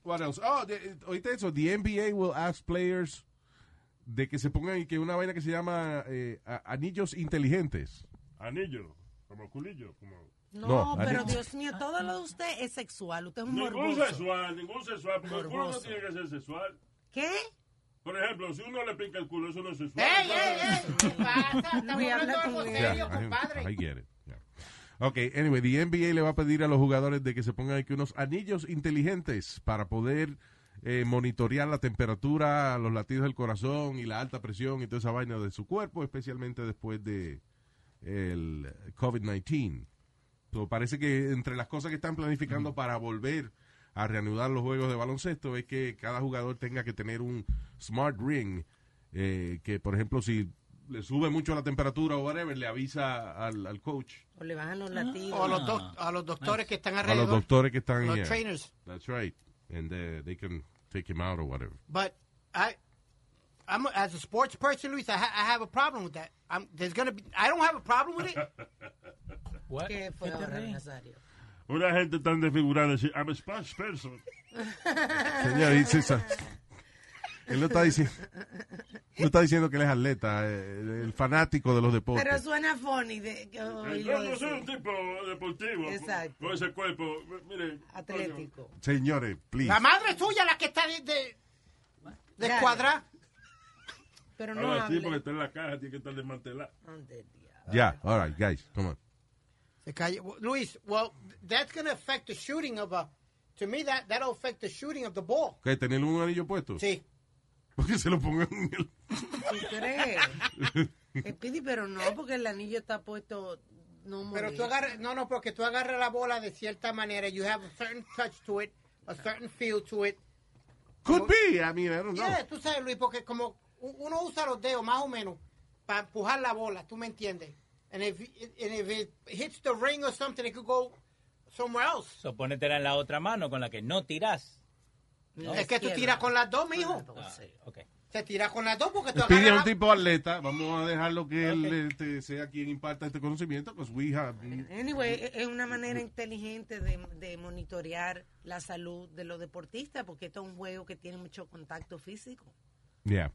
Speaker 3: what else? Oh, de- oíste eso. The NBA will ask players de que se pongan y que una vaina que se llama eh, a- anillos inteligentes.
Speaker 8: Anillo, como culillo, como...
Speaker 7: No,
Speaker 3: No,
Speaker 7: pero
Speaker 3: Ari-
Speaker 7: Dios mío, todo lo de usted es sexual. Usted es un
Speaker 8: Ningún
Speaker 7: morboso.
Speaker 8: sexual, ningún sexual, porque el culo no
Speaker 7: Morboso.
Speaker 8: tiene que ser sexual.
Speaker 7: ¿Qué?
Speaker 8: Por ejemplo, si uno le pica el culo, eso no es sexual.
Speaker 6: ¡Ey, ey, ey! ¿Qué pasa? Estamos
Speaker 7: Luis, habla
Speaker 6: hablando algo
Speaker 7: con él.
Speaker 6: serio,
Speaker 3: I,
Speaker 6: compadre.
Speaker 3: I get it. Yeah. Ok, anyway, the NBA le va a pedir a los jugadores de que se pongan aquí unos anillos inteligentes para poder eh, monitorear la temperatura, los latidos del corazón y la alta presión y toda esa vaina de su cuerpo, especialmente después de el COVID-19. So, parece que entre las cosas que están planificando para volver a reanudar los juegos de baloncesto es que cada jugador tenga que tener un smart ring eh, que, por ejemplo, si le sube mucho la temperatura o whatever, le avisa al, al coach.
Speaker 7: O le bajan
Speaker 8: Ah,
Speaker 7: los latidos.
Speaker 6: O a los, doc- a los doctores que están
Speaker 3: A los
Speaker 6: alrededor.
Speaker 3: doctores que están
Speaker 6: Los
Speaker 3: yeah.
Speaker 6: trainers.
Speaker 3: That's right. And uh, they can take him out or whatever.
Speaker 6: But I, I'm a, as a sports person, Luis. I, ha- I have a problem with that. I'm, there's gonna be. I don't have a problem with it.
Speaker 9: What?
Speaker 7: ¿Qué fue ahora, Nazario?
Speaker 8: Una gente tan desfigurada. dice, I'm a Spanish person.
Speaker 3: Señor, dice eso. Él no está diciendo, no está diciendo que él es atleta, eh, el, fanático de los deportes.
Speaker 7: Pero suena funny. De, que
Speaker 8: Yo no soy un tipo deportivo. Exacto. Con ese cuerpo. Mire.
Speaker 7: Atlético.
Speaker 3: Señores, please.
Speaker 6: La madre suya la que está de, de, de
Speaker 7: Dale.
Speaker 6: cuadra.
Speaker 7: Pero
Speaker 8: Ahora sí, porque está en la caja, tiene que estar desmantelada.
Speaker 3: Ya, all right, guys, come on.
Speaker 6: Se calla. Well, Luis, well, that's gonna affect the shooting of a. To me, that that'll affect the shooting of the ball.
Speaker 3: ¿Qué, ¿Tener un anillo puesto?
Speaker 6: Sí.
Speaker 3: Porque se lo pongan en el...
Speaker 7: ¿Tú crees? Speedy, pero no, porque el anillo está puesto. No
Speaker 6: Pero tú
Speaker 7: molesto.
Speaker 6: agarras, no, no, porque tú agarras la bola de cierta manera. You have a certain touch to it, a certain feel to it.
Speaker 3: Could be, I mean, I don't know.
Speaker 6: Yeah, tú sabes, Luis, porque como u- uno usa los dedos más o menos para empujar la bola, tú me entiendes. And if, and if it hits the ring or something, it could go somewhere else.
Speaker 9: Suponétela en la otra mano con la que no tirás. No. Ah.
Speaker 6: Es que tú tiras con las dos, mijo. Se tira con las dos porque tú
Speaker 3: Pide a un
Speaker 6: agarras la...
Speaker 3: tipo atleta, vamos a dejarlo que él este, sea quien imparta este conocimiento, pues we have...
Speaker 7: Anyway, e-, es- es una manera inteligente de, de monitorear la salud de los deportistas, porque esto es un juego que tiene mucho contacto físico,
Speaker 3: Yeah.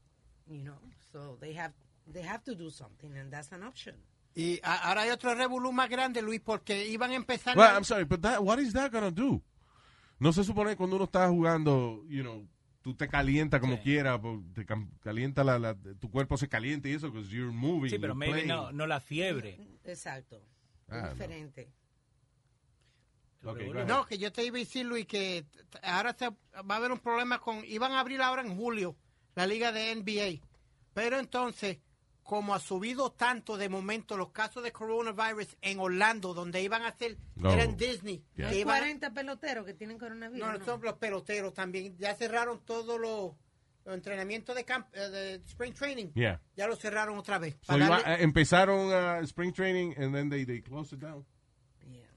Speaker 7: you know. So they have, they have to do something, and that's an option.
Speaker 6: Y a- ahora hay otro revolú más grande, Luis, porque iban a empezar...
Speaker 3: Well, I'm sorry, but that, what is that gonna do? No se supone que cuando uno está jugando, you know, tú te calienta como quiera, po- te cam- calienta la, la- tu cuerpo se calienta y eso, because you're moving.
Speaker 9: Sí, pero
Speaker 3: you're
Speaker 9: maybe
Speaker 3: playing.
Speaker 9: no, no la fiebre.
Speaker 7: Exacto.
Speaker 3: Ah, no.
Speaker 7: Diferente.
Speaker 3: Okay, go ahead.
Speaker 6: No, que yo te iba a decir, Luis, que t- t- ahora se- va a haber un problema con... Iban a abrir ahora en julio la liga de NBA. Pero entonces, como ha subido tanto de momento los casos de coronavirus en Orlando, donde iban a hacer...
Speaker 7: No.
Speaker 6: Era en Disney.
Speaker 7: Hay
Speaker 6: que iban-
Speaker 7: 40 peloteros que tienen coronavirus.
Speaker 6: no, no, son los peloteros también. Ya cerraron todos los los entrenamientos de, camp- eh, de spring training.
Speaker 3: Yeah.
Speaker 6: Ya lo cerraron otra vez.
Speaker 3: So
Speaker 6: Para
Speaker 3: iba-
Speaker 6: darle-
Speaker 3: eh, empezaron a spring training and then they, they closed it down.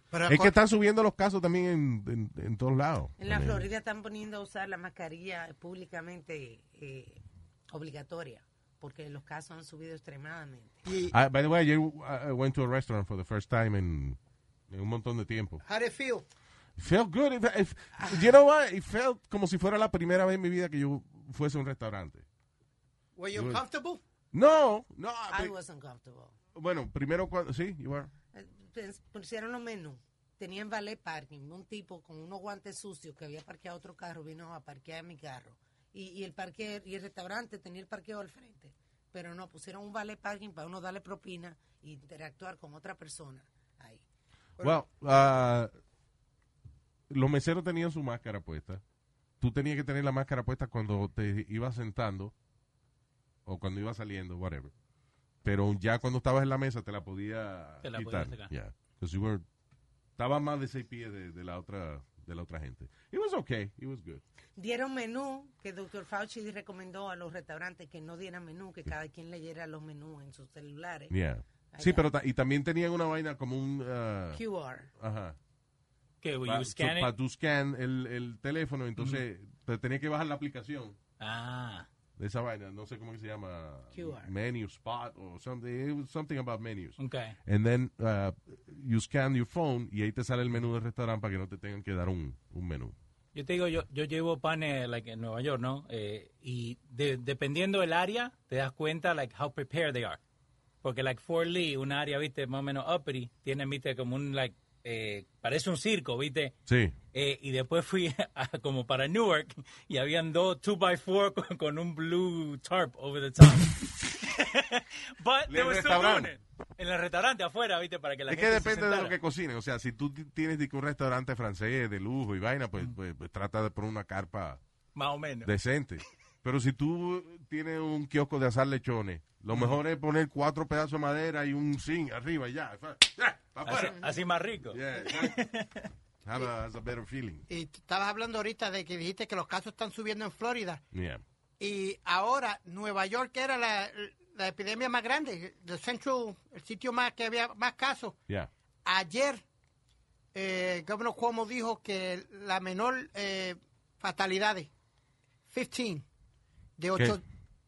Speaker 6: Pero
Speaker 3: es
Speaker 6: con-
Speaker 3: que están subiendo los casos también en, en, en todos lados.
Speaker 7: En la
Speaker 3: I mean,
Speaker 7: Florida están poniendo a usar la mascarilla públicamente eh, obligatoria, porque los casos han subido extremadamente.
Speaker 3: I- by the way, ayer I went to a restaurant for the first time en, en un montón de tiempo.
Speaker 6: How do you feel?
Speaker 3: It felt good. It- it- you know what? It felt como si fuera la primera vez en mi vida que yo fuese a un restaurante.
Speaker 6: Were you
Speaker 3: Good.
Speaker 6: comfortable?
Speaker 3: No, no.
Speaker 7: I
Speaker 6: Ah,
Speaker 3: pe-
Speaker 7: wasn't comfortable.
Speaker 3: Bueno, primero cuando... Sí, you are.
Speaker 7: Eh, pues, Pusieron los menús. Tenían valet parking. Un tipo con unos guantes sucios que había parqueado otro carro vino a parquear en mi carro. Y, y el parque y el restaurante tenía el parqueo al frente. Pero no, pusieron un valet parking para uno darle propina e interactuar con otra persona ahí.
Speaker 3: Well, ah, los meseros tenían su máscara puesta. Tú tenías que tener la máscara puesta cuando te ibas sentando o cuando ibas saliendo, whatever. Pero ya cuando estabas en la mesa te la podía
Speaker 9: Te la
Speaker 3: quitar.
Speaker 9: podías sacar.
Speaker 3: Yeah, 'cause you were- estabas más de seis pies de, de la otra de la otra gente. It was okay, it was good.
Speaker 7: Dieron menú que Dr. Fauci recomendó a los restaurantes que no dieran menú, que cada quien leyera los menús en sus celulares.
Speaker 3: Yeah.
Speaker 7: Allá.
Speaker 3: Sí, pero ta- y también tenían una vaina como un ah,
Speaker 7: QR.
Speaker 3: Ajá.
Speaker 9: Que you
Speaker 3: Para
Speaker 9: scan it.
Speaker 3: tú scan el, el teléfono, entonces te tenía que bajar la aplicación
Speaker 9: Ah.
Speaker 3: de esa vaina, no sé cómo que se llama,
Speaker 9: QR.
Speaker 3: menu spot o something, it was something about menus.
Speaker 9: Okay.
Speaker 3: And then uh, you scan your phone y ahí te sale el menú del restaurante para que no te tengan que dar un, un menú.
Speaker 9: Yo te digo, yo, yo llevo panes like, en Nueva York, ¿no? Eh, y de- dependiendo del área, te das cuenta like how prepared they are. Porque like Fort Lee, un área, viste, más o menos uppity, tiene, viste, como un like, eh, parece un circo, viste.
Speaker 3: Sí.
Speaker 9: Eh, y después fui a- como para Newark y habían dos 2x4 con, con un blue tarp over the top. But
Speaker 3: En
Speaker 9: they
Speaker 3: el
Speaker 9: were still doing
Speaker 3: restaurante.
Speaker 9: it. En el restaurante afuera, viste, para que la
Speaker 3: es que
Speaker 9: gente se
Speaker 3: depende de lo
Speaker 9: sentara.
Speaker 3: que cocinen, o sea, si tú ti- tienes de que un restaurante francés de lujo y vaina, pues, pues- pues trata de poner una carpa
Speaker 9: Más o menos.
Speaker 3: decente. Pero si tú tienes un kiosco de asar lechones, lo mejor es poner cuatro pedazos de madera y un zinc arriba y ya. Ya, pa'
Speaker 9: Así,
Speaker 3: afuera.
Speaker 9: así más rico.
Speaker 3: Have a- has a better feeling.
Speaker 6: Y t- estabas hablando ahorita de que dijiste que los casos están subiendo en Florida.
Speaker 3: Yeah.
Speaker 6: Y ahora Nueva York era la, la epidemia más grande, el centro, el sitio más que había más casos.
Speaker 3: Yeah.
Speaker 6: Ayer, eh, el gobernador Cuomo dijo que la menor eh, fatalidades, 15, de 8,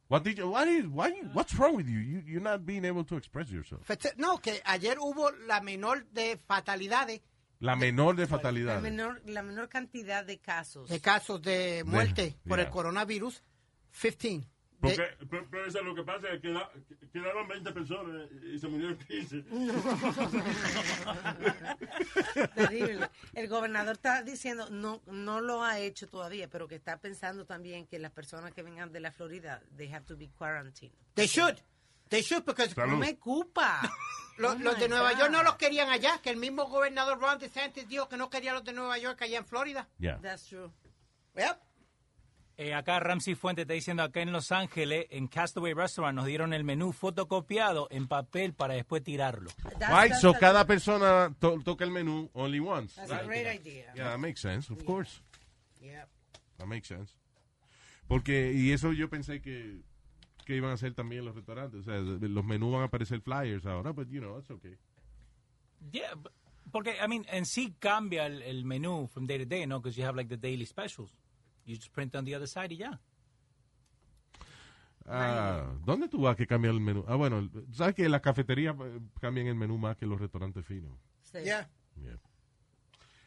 Speaker 3: What did you, what is, why, you- what's wrong with you? you? You're not being able to express yourself.
Speaker 6: Fete- No, que ayer hubo la menor de fatalidades,
Speaker 3: La menor de
Speaker 7: La
Speaker 3: fatalidades.
Speaker 7: menor, la menor cantidad de casos.
Speaker 6: de casos de muerte por
Speaker 3: yeah.
Speaker 6: el coronavirus, 15.
Speaker 8: Porque, pero, pero eso es lo que pasa es que queda- quedaron 20 personas y se murieron 15.
Speaker 7: Terrible. El gobernador está diciendo, no, no lo ha hecho todavía, pero que está pensando también que las personas que vengan de la Florida, they have to be quarantined.
Speaker 6: They should. They should because
Speaker 7: No me culpa.
Speaker 6: Lo-
Speaker 7: Oh
Speaker 6: los de
Speaker 7: my
Speaker 6: Nueva
Speaker 7: God.
Speaker 6: York no los querían allá, que el mismo gobernador Ron DeSantis dijo que no quería los de Nueva York allá en Florida.
Speaker 3: Yeah.
Speaker 7: That's true.
Speaker 9: Eh, acá Ramsey Fuente está diciendo acá en Los Ángeles, en Castaway Restaurant, nos dieron el menú fotocopiado en papel para después tirarlo.
Speaker 3: Right, so cada persona to- toca el menú only once.
Speaker 7: That's a great idea.
Speaker 3: Yeah, that makes sense, of course.
Speaker 7: Yep.
Speaker 3: That makes sense. Porque, y eso yo pensé que, que iban a hacer también los restaurantes. O sea, los menús van a aparecer flyers ahora, but you know, that's okay.
Speaker 9: Yeah, but- porque, I mean, en sí cambia el, el menú from day to day, ¿no? Because you have like the daily specials. You just print on the other side y ya.
Speaker 3: Ah, ¿Dónde tú vas que cambiar el menú? Ah, bueno, ¿sabes que las cafeterías eh, cambian el menú más que los restaurantes finos?
Speaker 6: Yeah.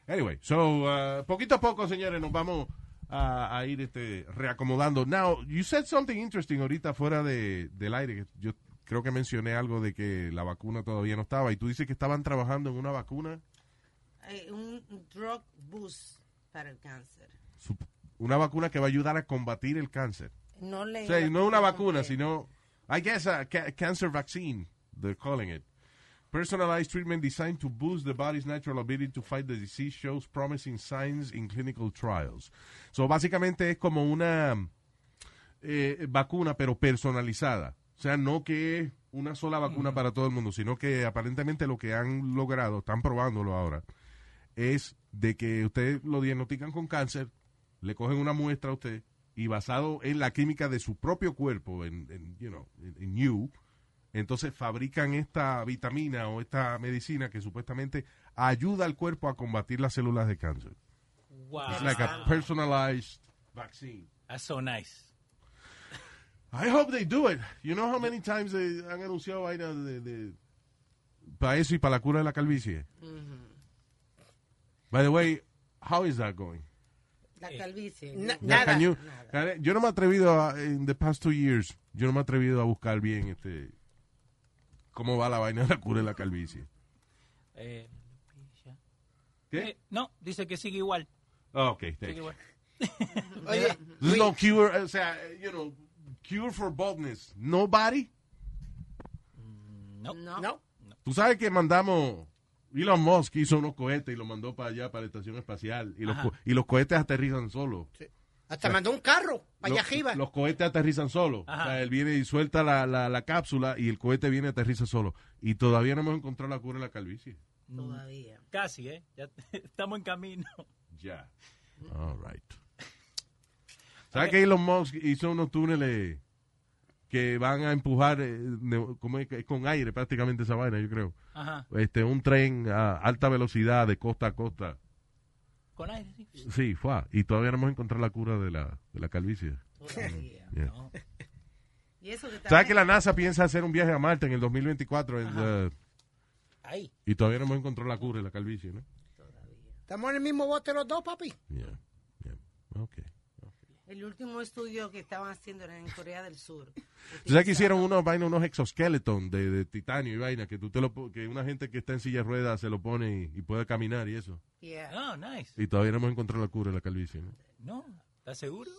Speaker 3: Anyway, so uh, poquito a poco, señores, nos vamos a, a ir este, reacomodando. Now, you said something interesting ahorita fuera de, del aire. que Yo creo que mencioné algo de que la vacuna todavía no estaba. Y tú dices que estaban trabajando en una vacuna,
Speaker 7: Eh, un drug boost para el cáncer.
Speaker 3: sup- una vacuna que va a ayudar a combatir el cáncer.
Speaker 7: No le
Speaker 3: O sea, no una vacuna, sino, I guess, a ca- cancer vaccine, they're calling it. Personalized treatment designed to boost the body's natural ability to fight the disease shows promising signs in clinical trials. So, básicamente es como una eh, vacuna, pero personalizada. O sea, no que es una sola vacuna para todo el mundo, sino que aparentemente lo que han logrado, están probándolo ahora, es de que usted lo diagnostican con cáncer, le cogen una muestra a usted y basado en la química de su propio cuerpo, en, en, you know, en, en you, entonces fabrican esta vitamina o esta medicina que supuestamente ayuda al cuerpo a combatir las células de cáncer.
Speaker 9: Wow.
Speaker 3: It's like a personalized vaccine.
Speaker 9: That's so nice.
Speaker 3: I hope they do it. You know how many times they han anunciado vaina de, para eso y para la cura de la calvicie. By the way, how is that going?
Speaker 7: La
Speaker 3: Eh,
Speaker 7: calvicie.
Speaker 3: Yeah, can you- can- yo no me he atrevido a, in the past two years, yo no me he atrevido a buscar bien este cómo va la vaina de la cura de la calvicie.
Speaker 9: Eh, Lupilla.
Speaker 3: ¿Qué?
Speaker 9: Eh, no, dice que sigue igual.
Speaker 3: Ah, ok,
Speaker 9: Sigue
Speaker 3: thank you.
Speaker 9: igual.
Speaker 3: Oye, There's no cure, o sea, eh, you know, cure for baldness. Nobody.
Speaker 9: No.
Speaker 7: No.
Speaker 3: Tú sabes que mandamos. Elon Musk hizo unos cohetes y los mandó para allá, para la estación espacial. Y los,
Speaker 6: Ajá.
Speaker 3: co- y los cohetes aterrizan solos.
Speaker 6: Hasta mandó un carro para allá
Speaker 3: Los-
Speaker 6: arriba.
Speaker 3: Los cohetes aterrizan solos. O sea, él viene y suelta la, la, la cápsula y el cohete viene y aterriza solo. Y todavía no hemos encontrado la cura de la calvicie.
Speaker 7: Todavía.
Speaker 9: Casi, ¿eh? Ya estamos en camino.
Speaker 3: Ya. All right. ¿Sabes que Elon Musk hizo unos túneles que van a empujar eh, ne- como es que- con aire prácticamente esa vaina, yo creo?
Speaker 9: Ajá.
Speaker 3: Este, un tren a alta velocidad de costa a costa.
Speaker 9: Con aire, sí.
Speaker 3: Sí, fue. Y todavía no hemos encontrado la cura de la, de la calvicie.
Speaker 7: Todavía.
Speaker 3: Yeah.
Speaker 7: No. Y eso que
Speaker 3: Mm. ¿Sabes que la
Speaker 7: también-
Speaker 3: NASA piensa hacer un viaje a Marte en el 2024? En, uh,
Speaker 7: Ahí.
Speaker 3: y todavía no hemos encontrado la cura de la calvicie, ¿no?
Speaker 6: Estamos en el mismo bote los dos, papi.
Speaker 3: Yeah, yeah. Okay.
Speaker 7: El último estudio que estaban haciendo era en Corea del Sur.
Speaker 3: ¿Tú sabes que hicieron unos vaina, unos exoskeleton de, de titanio y vaina que tú te lo po- que una gente que está en silla de ruedas se lo pone y, y puede caminar y eso.
Speaker 7: Yeah.
Speaker 9: Oh, nice.
Speaker 3: Y todavía no hemos encontrado la cura de la calvicie, ¿no?
Speaker 9: No, ¿estás seguro?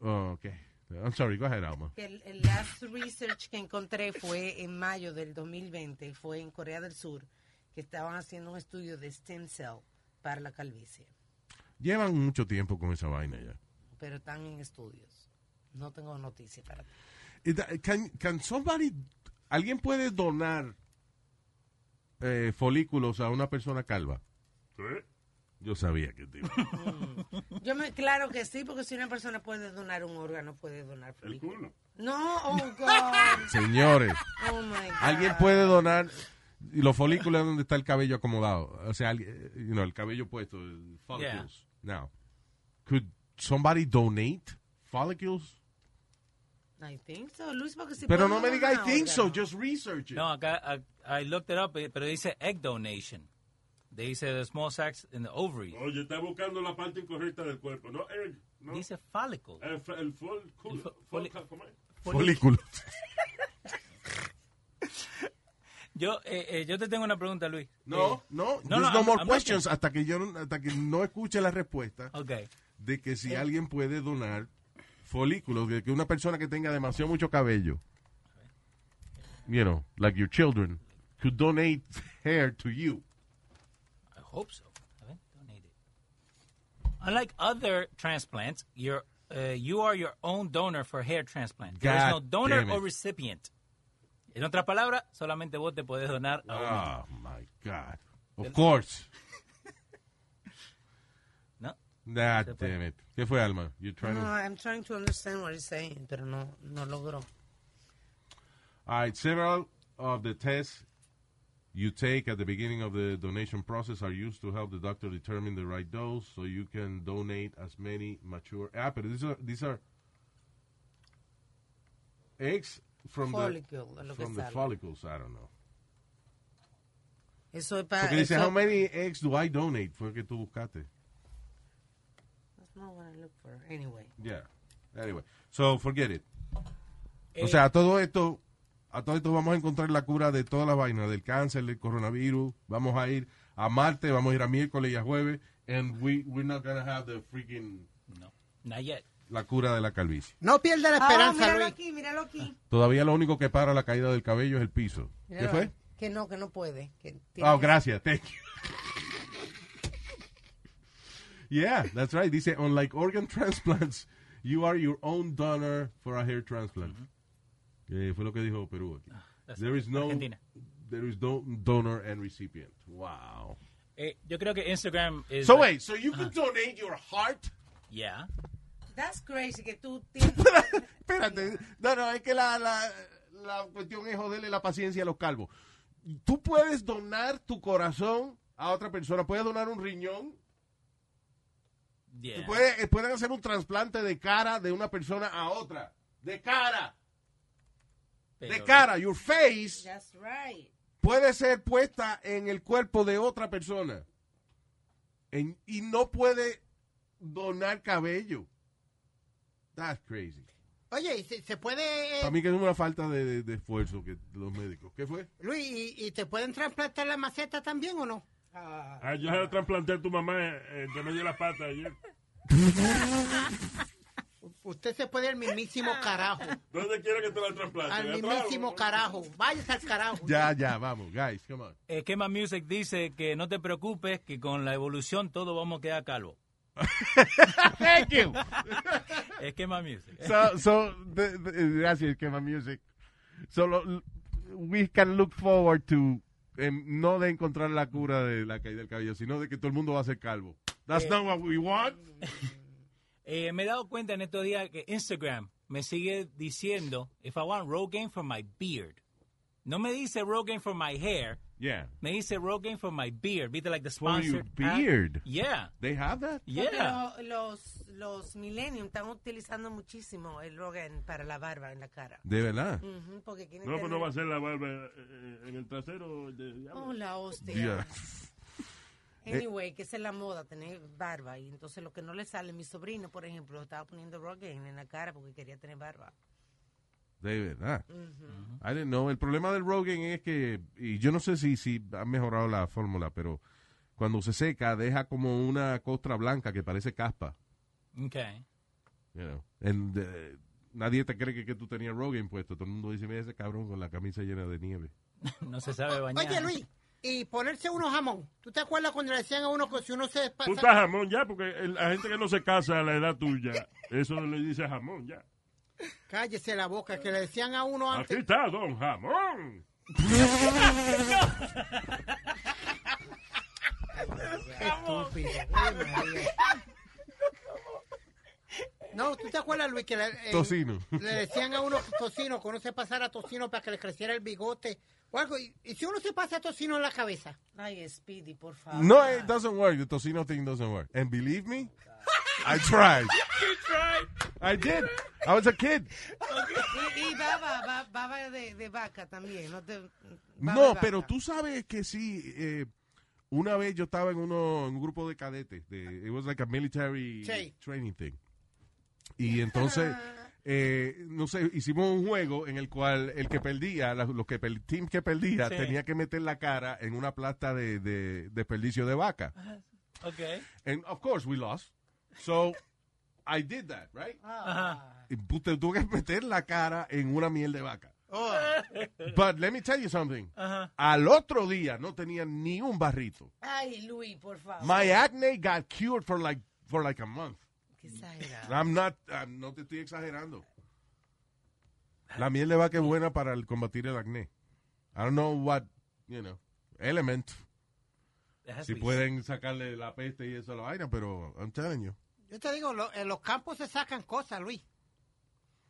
Speaker 3: Oh, okay. I'm sorry, go ahead, Alma.
Speaker 7: Que el, el last research que encontré fue en mayo del 2020, fue en Corea del Sur, que estaban haciendo un estudio de stem cell para la calvicie,
Speaker 3: Llevan mucho tiempo con esa vaina ya.
Speaker 7: pero están en estudios. No tengo noticia para ti.
Speaker 3: Is that- Can, can somebody, alguien puede donar eh, folículos a una persona calva? Yo sabía que te iba.
Speaker 7: Yo me, claro que sí, porque si una persona puede donar un órgano, puede donar folículo. No, oh God.
Speaker 3: Señores,
Speaker 7: Oh my God.
Speaker 3: alguien puede donar y los folículos es donde está el cabello acomodado, o sea, alguien- eh, you know, el cabello puesto, el follicles. Now, could somebody donate follicles?
Speaker 7: I think so. Luis, porque si
Speaker 3: Pero no
Speaker 7: podemos
Speaker 3: me diga I
Speaker 7: ganar
Speaker 3: think
Speaker 7: ahora.
Speaker 3: so, just research it.
Speaker 9: No, acá, I, I looked it up, eh, pero dice egg donation. They dice the small sacs in the ovary.
Speaker 8: Oye, está buscando la parte incorrecta del cuerpo. No, egg, no.
Speaker 9: Dice fálico.
Speaker 8: El, fo- el folículo. Folca- ¿cómo es?
Speaker 3: Folículo.
Speaker 9: Yo, eh, eh, yo te tengo una pregunta, Luis. Eh,
Speaker 3: No, no, there's no
Speaker 9: I'm-
Speaker 3: more
Speaker 9: I'm
Speaker 3: questions
Speaker 9: looking.
Speaker 3: hasta que yo no- hasta que no escuche la respuesta
Speaker 9: Ok.
Speaker 3: de que si
Speaker 9: Eh.
Speaker 3: alguien puede donar folículos, de que una persona que tenga demasiado mucho cabello, you know, like your children, could donate hair to you.
Speaker 9: I hope so. A ver, donate it. Unlike other transplants, you're, uh, you are your own donor for hair transplant. There is no
Speaker 3: God
Speaker 9: donor
Speaker 3: damn it.
Speaker 9: or recipient. En otras palabras, solamente vos te podés donar a uno.
Speaker 3: Oh my God. Of course.
Speaker 9: No.
Speaker 3: Nah, damn it. ¿Qué fue, Alma? You're trying
Speaker 7: No,
Speaker 3: to...
Speaker 7: I'm trying to understand what he's saying, pero no, no logró.
Speaker 3: All right, several of the tests you take at the beginning of the donation process are used to help the doctor determine the right dose so you can donate as many mature. Ah, pero these are, these are eggs from
Speaker 7: Follicle,
Speaker 3: the,
Speaker 7: es lo que
Speaker 3: from the
Speaker 7: sale.
Speaker 3: follicles. I don't know.
Speaker 7: Ah, Eso es para...
Speaker 3: Porque dice, how many eggs do I donate? Fue que tú buscaste.
Speaker 7: That's not what I look for. Anyway.
Speaker 3: Yeah. Anyway, so forget it. O sea, a todo esto, a todo esto vamos a encontrar la cura de todas las vainas, del cáncer, del coronavirus. Vamos a ir a Marte, vamos a ir a miércoles y a jueves, and we we're not gonna have the freaking
Speaker 9: Not yet.
Speaker 3: la cura de la calvicie.
Speaker 6: No pierda la
Speaker 7: Ah,
Speaker 6: esperanza,
Speaker 7: míralo
Speaker 6: Luis.
Speaker 7: aquí, míralo aquí.
Speaker 3: Todavía lo único que para la caída del cabello es el piso. ¿Qué
Speaker 7: Míralo.
Speaker 3: fue?
Speaker 7: Que no, que no puede. Que tiene
Speaker 3: Oh,
Speaker 7: que-
Speaker 3: gracias, thank you. Yeah, that's right. Dice, unlike organ transplants, you are your own donor for a hair transplant. Eh, fue lo que dijo Perú aquí.
Speaker 9: that's
Speaker 3: There is no,
Speaker 9: Argentina.
Speaker 3: there is no donor and recipient. Wow.
Speaker 9: Eh, yo creo que Instagram es...
Speaker 3: So wait, so you can donate your heart?
Speaker 9: Yeah.
Speaker 7: That's crazy que tú tienes...
Speaker 3: Espérate, no, no, es que la, la, la cuestión es joderle la paciencia a los calvos. Tú puedes donar tu corazón a otra persona, puedes donar un riñón,
Speaker 9: Yeah.
Speaker 3: Puede- eh, pueden hacer un trasplante de cara de una persona a otra. De cara. de
Speaker 9: Pero-
Speaker 3: cara. Your face
Speaker 7: That's right.
Speaker 3: puede ser puesta en el cuerpo de otra persona. En- y no puede donar cabello. That's crazy.
Speaker 6: Oye, ¿y se, se puede, eh,
Speaker 3: Para mí que es una falta de, de- de esfuerzo que los médicos. ¿Qué fue?
Speaker 6: Luis, ¿y, y te pueden trasplantar la maceta también o no?
Speaker 8: Ah, yo se la trasplanté a tu mamá eh, entre medio de las patas ayer.
Speaker 6: Usted se puede al mismísimo carajo.
Speaker 8: ¿Dónde quiere que te la trasplante?
Speaker 6: Al
Speaker 8: ¿Atrás o
Speaker 6: mismísimo carajo. Váyase al carajo.
Speaker 3: Ya, ya, vamos, guys, come on.
Speaker 9: Eh, Kema Music dice que no te preocupes, que con la evolución todos vamos a quedar calvos.
Speaker 3: Thank you.
Speaker 9: Esquema Music.
Speaker 3: So, so the, the, gracias, Kema Music. So, lo- we can look forward to em, no de encontrar la cura de la caída del cabello, sino de que todo el mundo va a ser calvo. That's not what we want.
Speaker 9: Eh, me he dado cuenta en estos días que Instagram me sigue diciendo if I want Rogaine for my beard. No me dice Rogaine for my hair,
Speaker 3: Yeah.
Speaker 9: me dice Rogaine for my beard. Viste like the
Speaker 3: For your
Speaker 9: sponsor.
Speaker 3: beard.
Speaker 9: Yeah.
Speaker 3: They have that?
Speaker 7: Porque
Speaker 9: Yeah.
Speaker 7: lo- los, los millennium están utilizando muchísimo el Rogan para la barba en la cara.
Speaker 3: De verdad.
Speaker 7: Ujú, porque quieren
Speaker 8: No, pero
Speaker 3: pues
Speaker 8: no
Speaker 7: tener-
Speaker 8: va a ser la barba eh, en el trasero. De, diablo.
Speaker 7: Oh, la hostia.
Speaker 3: Yeah.
Speaker 7: Anyway, que esa es la moda, tener barba. Y entonces lo que no le sale, mi sobrino, por ejemplo, estaba poniendo Rogaine en la cara porque quería tener barba.
Speaker 3: De verdad. I didn't know. El problema del Rogan es que, y yo no sé si, si ha mejorado la fórmula, pero cuando se seca deja como una costra blanca que parece caspa.
Speaker 9: Okay.
Speaker 3: You know, and, eh, nadie te cree que, que tú tenías Rogan puesto. Todo el mundo dice, mira ese cabrón con la camisa llena de nieve.
Speaker 9: No se sabe bañar.
Speaker 6: Ah, Oye, Luis, y ponerse uno jamón. ¿Tú te acuerdas cuando le decían a uno que si uno se
Speaker 8: Tú
Speaker 6: pasa...
Speaker 8: estás jamón ya, porque el- la gente que no se casa a la edad tuya, eso le dice jamón ya.
Speaker 6: Cállese la boca, que le decían a
Speaker 3: ¿Ah,
Speaker 6: uno
Speaker 8: Aquí
Speaker 6: antes.
Speaker 8: está Don Jamón.
Speaker 6: Estúpido. Ay, María. No, ¿tú te acuerdas, Luis, que le, eh,
Speaker 3: Tocino.
Speaker 6: le decían a uno tocino, que uno se pasara tocino para que le creciera el bigote o algo? ¿Y, y si uno se pasa tocino en la cabeza?
Speaker 7: Ay, Speedy, por favor.
Speaker 3: eh. No, it doesn't work. The tocino thing doesn't work. And believe me, I tried.
Speaker 12: You tried.
Speaker 3: I did. I was a kid.
Speaker 7: Y, y baba, ba- baba de, de vaca también. No, te, baba de
Speaker 3: No,
Speaker 7: vaca.
Speaker 3: pero tú sabes que sí. eh, una vez yo estaba en uno en un grupo de cadetes. De, it was like a military
Speaker 12: Sí.
Speaker 3: training thing. Y entonces, eh, no sé, hicimos un juego en el cual el que perdía, la- los que per- el team que perdía,
Speaker 12: Sí.
Speaker 3: tenía que meter la cara en una plata de, de desperdicio de vaca.
Speaker 12: Okay.
Speaker 3: And of course we lost. So I did that, right?
Speaker 12: Ah.
Speaker 3: Y puta, tuve que meter la cara en una miel de vaca. But let me tell you something.
Speaker 6: Uh-huh.
Speaker 7: Ajá.
Speaker 3: Al otro día no tenía ni un barrito.
Speaker 6: Ah.
Speaker 7: Ay, Luis, por favor.
Speaker 3: My acne got cured for like for like a month.
Speaker 7: Qué exagerado.
Speaker 3: I'm not, I'm- no te estoy exagerando. La miel de vaca es buena para el- combatir el acné. I don't know what, you know, element.
Speaker 12: Deja
Speaker 3: Si
Speaker 12: Luis.
Speaker 3: pueden sacarle la peste y eso a la vaina, pero I'm telling you.
Speaker 6: Yo te digo, lo- en los campos se sacan cosas, Luis.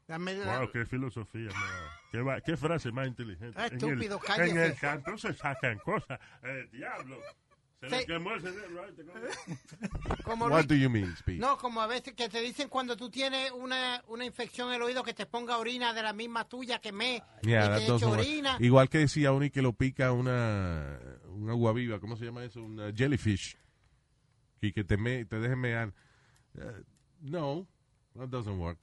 Speaker 6: La me- la-
Speaker 8: Wow, qué filosofía, man. qué, va- qué frase más inteligente.
Speaker 6: Ah, estúpido,
Speaker 8: en el,
Speaker 6: cállese.
Speaker 8: En el canto se sacan cosas. Eh, diablo. Se le
Speaker 6: Sí.
Speaker 8: quemó el cerebro. ahí te cojo.
Speaker 6: como
Speaker 3: What
Speaker 6: Luis-
Speaker 3: do you mean, Speed?
Speaker 6: No, como a veces que te dicen cuando tú tienes una, una infección en el oído que te ponga orina de la misma tuya que me.
Speaker 3: Yeah,
Speaker 6: y
Speaker 3: that
Speaker 6: te
Speaker 3: doesn't
Speaker 6: echo
Speaker 3: work.
Speaker 6: orina.
Speaker 3: Igual que decía Oni que lo pica una, una agua viva, ¿cómo se llama eso? Una jellyfish. Y que te, me, te deje mear. Eh, no, that doesn't work.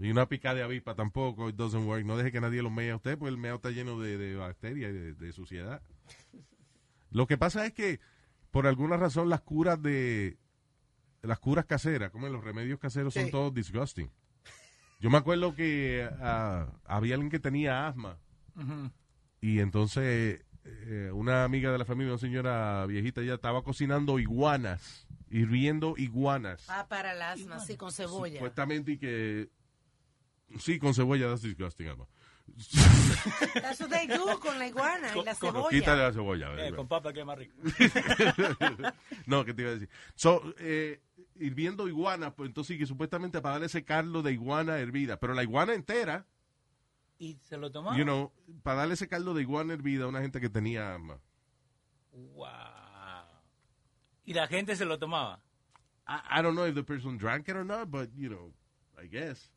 Speaker 3: Y una pica de avispa tampoco, it doesn't work. No deje que nadie lo mea a usted, pues el meao está lleno de, de bacterias y de, de suciedad. Lo que pasa es que, por alguna razón, las curas de. Las curas caseras, como los remedios caseros, son
Speaker 12: Sí.
Speaker 3: todos disgusting. Yo me acuerdo que ah, había alguien que tenía asma.
Speaker 12: Ujú.
Speaker 3: Y entonces eh, una amiga de la familia, una señora viejita, ella estaba cocinando iguanas, hirviendo iguanas.
Speaker 7: Ah, para el asma, sí, con cebolla.
Speaker 3: Supuestamente y que... Sí, con cebolla, that's disgusting, Alma.
Speaker 7: That's what they do con la iguana y la
Speaker 3: Con-
Speaker 7: cebolla.
Speaker 3: Quítale la cebolla.
Speaker 9: Eh, con papa que es más rico.
Speaker 3: no, ¿qué te iba a decir? So, eh, hirviendo iguana, pues entonces y que supuestamente para darle ese caldo de iguana hervida, pero la iguana entera,
Speaker 9: Y se lo tomaba.
Speaker 3: you know, para darle ese caldo de iguana hervida a una gente que tenía asma.
Speaker 9: Wow. Y la gente se lo tomaba.
Speaker 3: I, I don't know if the person drank it or not, but you know, I guess.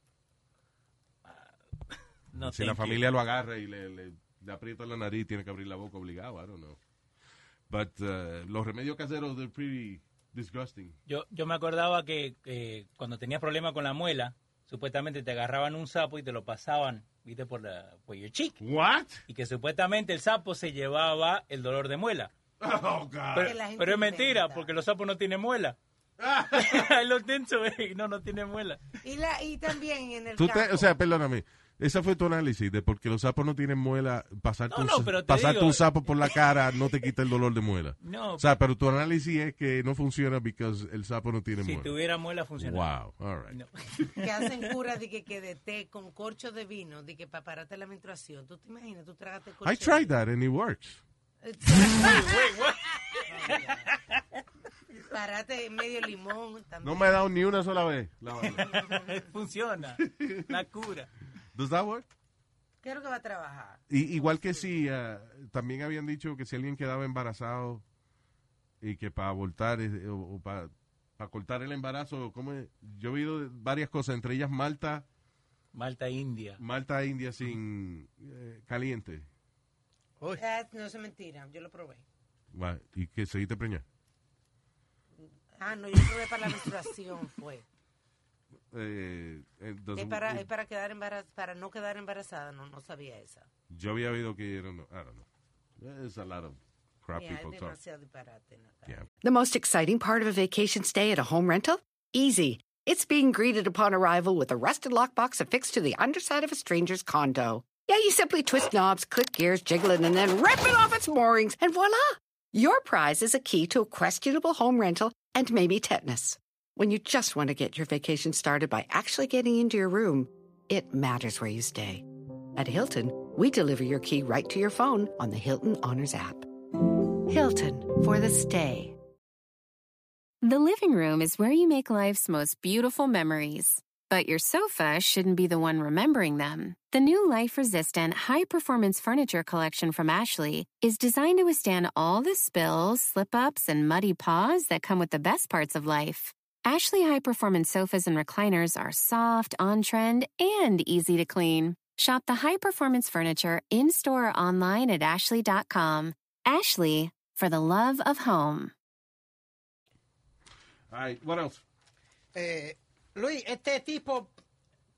Speaker 9: No,
Speaker 3: si la
Speaker 9: thank you.
Speaker 3: familia lo agarra y le, le- le aprieta la nariz, tiene que abrir la boca obligado. I don't know. But uh, los remedios caseros they're pretty disgusting.
Speaker 9: Yo, yo me acordaba que eh, cuando tenías problemas con la muela, supuestamente te agarraban un sapo y te lo pasaban, viste, por, la, por your cheek.
Speaker 3: What?
Speaker 9: Y que supuestamente el sapo se llevaba el dolor de muela.
Speaker 3: Oh,
Speaker 12: Que la
Speaker 9: Pero,
Speaker 12: gente
Speaker 9: pero es mentira, porque los sapos no tienen muela.
Speaker 3: Ah.
Speaker 9: Ahí lo tenso, eh, no, no tienen muela.
Speaker 7: Y, la, y también en el
Speaker 3: Tú
Speaker 7: campo.
Speaker 3: te, o sea, perdóname. Esa fue tu análisis de porque los sapos no tienen muela. Pasarte,
Speaker 9: No,
Speaker 3: un,
Speaker 9: no,
Speaker 3: sa-
Speaker 9: pero te
Speaker 3: pasarte
Speaker 9: digo-
Speaker 3: un sapo por la cara no te quita el dolor de muela.
Speaker 9: No.
Speaker 3: O sea, pero tu análisis es que no funciona porque el sapo no tiene
Speaker 9: pues, Si
Speaker 3: muela.
Speaker 9: tuviera muela, funcionaba.
Speaker 3: Wow. All right.
Speaker 7: que hacen cura de que, que de té con corcho de vino, de que para pararte la menstruación. ¿Tú te imaginas? Tú tragaste corcho.
Speaker 9: pues
Speaker 3: I tried that and it works.
Speaker 7: de vino. Parate medio limón
Speaker 3: No
Speaker 7: también.
Speaker 3: me ha dado ni una sola vez. la vaina.
Speaker 9: Funciona. La cura.
Speaker 3: Does that work?
Speaker 7: ¿Qué es lo que va a trabajar?
Speaker 3: Y- igual que si ah, también habían dicho que si alguien quedaba embarazado y que para abortar es- o, para cortar el embarazo, ¿cómo es? yo he oído de- varias cosas, entre ellas Malta.
Speaker 9: Malta India.
Speaker 3: Malta India sin eh, caliente.
Speaker 7: Ah, no es mentira, yo lo probé.
Speaker 3: Va, y que seguiste preñar.
Speaker 7: Ah, no, yo lo probé para la menstruación, fue.
Speaker 3: Eh, eh,
Speaker 7: Es
Speaker 3: doesn't-
Speaker 7: para, es para, quedar embaraz para no quedar embarazada, no, no sabía esa.
Speaker 3: Yo había oído que era, no, I don't know. It's a lot of crap
Speaker 7: Mira, es
Speaker 3: people talk.
Speaker 7: demasiado disparate. ¿no?
Speaker 10: The most exciting part of a vacation stay at a home rental? Easy. It's being greeted upon arrival with a rusted lockbox affixed to the underside of a stranger's condo. Yeah, you simply twist knobs, click gears, jiggle it, and then rip it off its moorings, and voila! Your prize is a key to a questionable home rental and maybe tetanus. When you just want to get your vacation started by actually getting into your room, it matters where you stay. At Hilton, we deliver your key right to your phone on the Hilton Honors app. Hilton for the stay.
Speaker 13: The living room is where you make life's most beautiful memories. But your sofa shouldn't be the one remembering them. The new life resistant, high performance furniture collection from Ashley is designed to withstand all the spills, slip ups, and muddy paws that come with the best parts of life. Ashley High Performance Sofas and Recliners are soft, on trend, and easy to clean. Shop the high performance furniture in store or online at Ashley.com. Ashley, for the love of home.
Speaker 3: All right, what else?
Speaker 6: Eh, Luis, este tipo,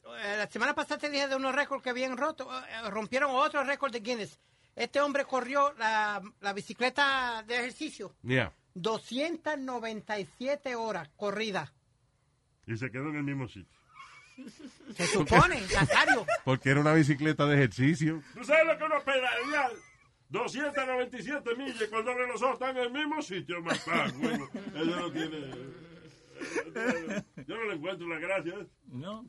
Speaker 6: eh, la semana pasada te dije de unos récords que habían roto, eh, rompieron otro récord de Guinness. Este hombre corrió la, la bicicleta de ejercicio
Speaker 3: Yeah.
Speaker 6: 297 horas corrida.
Speaker 8: Y se quedó en el mismo sitio.
Speaker 6: Se supone, Nazario.
Speaker 3: Porque era una bicicleta de ejercicio.
Speaker 8: ¿Tú sabes lo que uno pedalear? 297 millas y cuando abre los ojos están en el mismo sitio, más Bueno, eso no tiene... eh, Yo no le encuentro la gracia.
Speaker 9: No.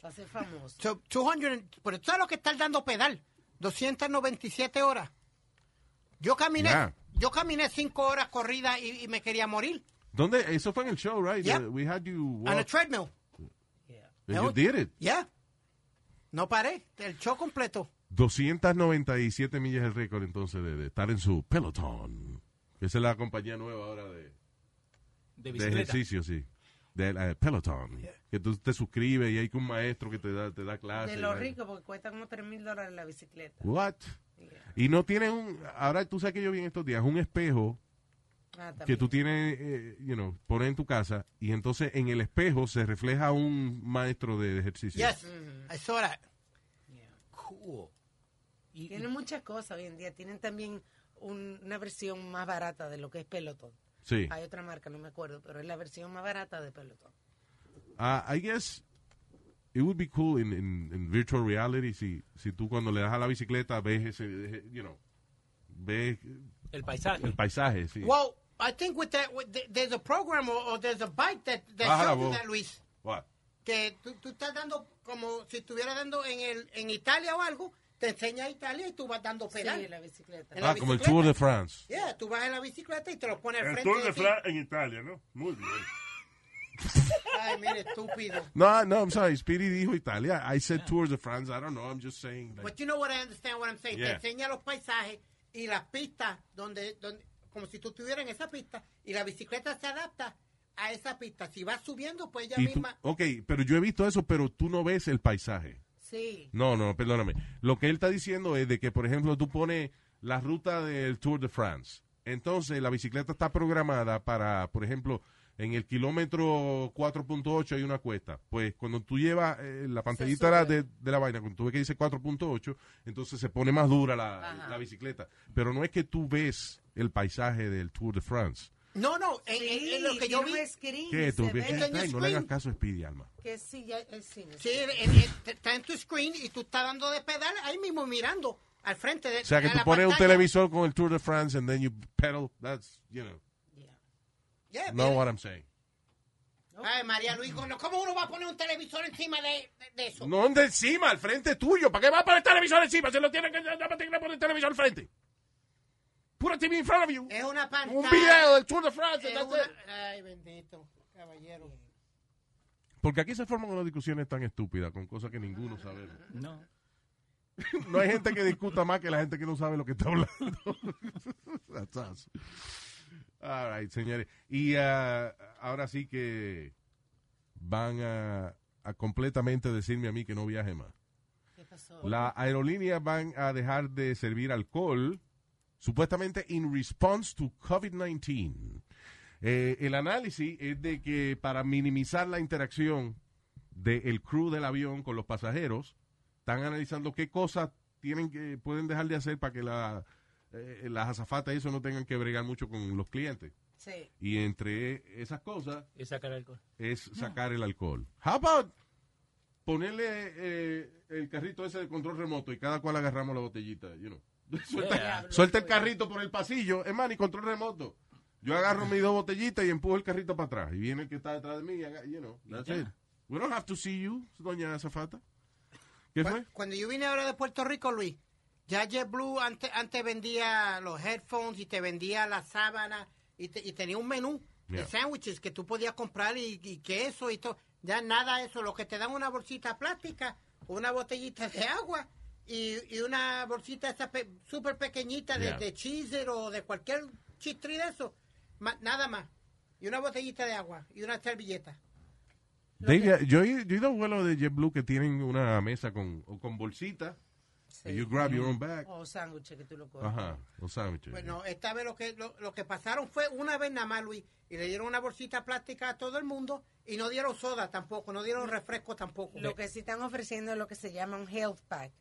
Speaker 7: Para ser famoso.
Speaker 6: So, 200, pero tú sabes lo que está dando pedal. 297 horas. Yo caminé,
Speaker 3: Yeah.
Speaker 6: yo caminé cinco horas corrida y, y me quería morir.
Speaker 3: ¿Dónde? Eso fue en el show, right?
Speaker 6: Yeah.
Speaker 3: Uh, we had you
Speaker 6: On a
Speaker 3: walk.
Speaker 6: treadmill.
Speaker 3: And you did it.
Speaker 6: Yeah. No paré. El show completo.
Speaker 3: 297 millas el récord entonces de, de estar en su Peloton. Que esa es la compañía nueva ahora de,
Speaker 9: De
Speaker 3: de
Speaker 9: bicicleta.
Speaker 3: ejercicio, sí. De la- eh, Peloton. Que tú te suscribes y hay un maestro que te da, te da clases.
Speaker 7: De
Speaker 3: y
Speaker 7: lo
Speaker 3: vaina.
Speaker 7: rico, porque cuesta como 3 mil dólares la bicicleta.
Speaker 3: What? Y no tienen un... Ahora tú sabes que yo vi en estos días un espejo
Speaker 7: Ah, también.
Speaker 3: que tú tienes, eh, you know, pones en tu casa y entonces en el espejo se refleja un maestro de, de ejercicio.
Speaker 6: Yes.
Speaker 3: Mm-hmm.
Speaker 6: I saw that.
Speaker 9: Cool.
Speaker 7: Tienen muchas cosas hoy en día. Tienen también un- una versión más barata de lo que es Peloton.
Speaker 3: Sí.
Speaker 7: Hay otra marca, no me acuerdo, pero es la versión más barata de Peloton.
Speaker 3: Ah, I guess it would be cool in, in- in virtual reality si, si tú cuando le das a la bicicleta ves ese, you know, ves
Speaker 9: El paisaje.
Speaker 3: el paisaje, sí.
Speaker 6: Well, I think with that, with the- there's a program or, or there's a bike that, that
Speaker 3: Baja la
Speaker 6: shows you
Speaker 3: voz.
Speaker 6: that, Luis.
Speaker 3: What?
Speaker 6: Que tú, tú estás dando como si estuviera dando en, el, en Italia o algo. Te enseña Italia y tú vas dando pedal.
Speaker 7: en la bicicleta.
Speaker 3: Ah, como el Tour de France.
Speaker 6: Yeah, tú vas en la bicicleta y te lo pones al
Speaker 8: El
Speaker 6: frente.
Speaker 8: Tour
Speaker 6: de
Speaker 8: de
Speaker 6: ti.
Speaker 8: Fla en Italia, ¿no? Muy bien.
Speaker 6: Ay, mire, estúpido.
Speaker 3: No, no, I'm sorry. Speedy dijo Italia. I said
Speaker 6: Ah.
Speaker 3: Tour de France. I don't know. I'm just saying. like-
Speaker 6: But you know what I understand what I'm saying.
Speaker 3: Yeah.
Speaker 6: Te enseña los paisajes y las pistas donde, donde como si tú estuvieras en esa pista y la bicicleta se adapta a esa pista. Si vas subiendo, pues ella
Speaker 3: y tú-
Speaker 6: misma.
Speaker 3: ok, pero yo he visto eso, pero tú no ves el paisaje.
Speaker 7: Sí.
Speaker 3: No, no, perdóname. Lo que él está diciendo es de que, por ejemplo, tú pones la ruta del Tour de France. Entonces, la bicicleta está programada para, por ejemplo, en el kilómetro 4.8 hay una cuesta. Pues cuando tú llevas eh, la pantallita la de, de la vaina, cuando tú ves que dice 4.8, entonces se pone más dura la,
Speaker 6: Ajá.
Speaker 3: la bicicleta. Pero no es que tú ves el paisaje del Tour de France.
Speaker 6: No, no, en, en- en lo que yo vi.
Speaker 7: Tiene un screen,
Speaker 3: ¿Qué es
Speaker 7: se
Speaker 3: tú?
Speaker 7: ve.
Speaker 3: Ay, no le hagas caso a Speedy, Alma.
Speaker 7: Que sí, ya es cine.
Speaker 6: Sí, en- en- está en tu screen y tú estás dando de pedal ahí mismo mirando al frente de
Speaker 3: O sea, que
Speaker 6: a
Speaker 3: tú
Speaker 6: la
Speaker 3: pones un
Speaker 6: pantalla.
Speaker 3: televisor con el Tour de France and then you pedal. That's, you know,
Speaker 6: Yeah,
Speaker 3: know
Speaker 6: mira.
Speaker 3: what I'm saying.
Speaker 6: Ay, María Luis, ¿cómo cómo uno va a poner un televisor encima de, de- de eso?
Speaker 3: No de encima, al frente tuyo. ¿Para qué va a poner el televisor encima? Se lo tienen que ya me tienen que poner el televisor al frente. Pura TV in front of you.
Speaker 6: Es una pantalla.
Speaker 3: Un video del Tour de France.
Speaker 6: Es
Speaker 3: that's
Speaker 6: una-
Speaker 3: it.
Speaker 6: Ay, bendito, caballero.
Speaker 3: Porque aquí se forman unas discusiones tan estúpidas con cosas que ninguno sabemos.
Speaker 9: No.
Speaker 3: No hay gente que discuta más que la gente que no sabe lo que está hablando. That's us. All right, señores. Y ah, ahora sí que van a, a completamente decirme a mí que no viaje más. Las aerolíneas van a dejar de servir alcohol, supuestamente in response to COVID-19. Eh, el análisis es de que para minimizar la interacción del crew del avión con los pasajeros, están analizando qué cosas tienen que pueden dejar de hacer para que la, eh, las azafatas y eso no tengan que bregar mucho con los clientes.
Speaker 7: Sí.
Speaker 3: Y entre esas cosas
Speaker 9: Es sacar alcohol.
Speaker 3: es sacar el alcohol. How about ponerle eh, el carrito ese de control remoto y cada cual agarramos la botellita, you know? Suelta,
Speaker 9: Yeah.
Speaker 3: suelta el carrito por el pasillo, es más, ni control remoto. Yo agarro mis dos botellitas y empujo el carrito para atrás. Y viene el que está detrás de mí, y haga- you know, that's
Speaker 6: Ya.
Speaker 3: it. We don't have to see you, doña Azafata. ¿Qué
Speaker 6: Cu-
Speaker 3: fue?
Speaker 6: Cuando yo vine ahora de Puerto Rico, Luis, ya JetBlue antes, antes vendía los headphones y te vendía la sábana y, te- y tenía un menú
Speaker 3: Yeah.
Speaker 6: de sándwiches que tú podías comprar y, y queso y todo. Ya nada de eso. Lo que te dan una bolsita plástica, una botellita de agua y, y una bolsita esa pe- súper pequeñita de,
Speaker 3: Yeah.
Speaker 6: de cheeser o de cualquier chistri de eso. Ma- nada más. y una botellita de agua y una servilleta.
Speaker 3: Dave, yo, he- yo he ido a vuelos de JetBlue que tienen una mesa con, o con bolsita.
Speaker 7: Sí. Oh.
Speaker 3: And you grab your own bag.
Speaker 7: O sándwiches que tú lo coges.
Speaker 3: Ajá, los sándwiches.
Speaker 6: Bueno, Pues, esta vez lo que lo, lo que pasaron fue una vez nada más, Luis, y le dieron una bolsita plástica a todo el mundo y no dieron soda tampoco, no dieron refresco tampoco.
Speaker 7: Lo que sí están ofreciendo es lo que se llama un health pack,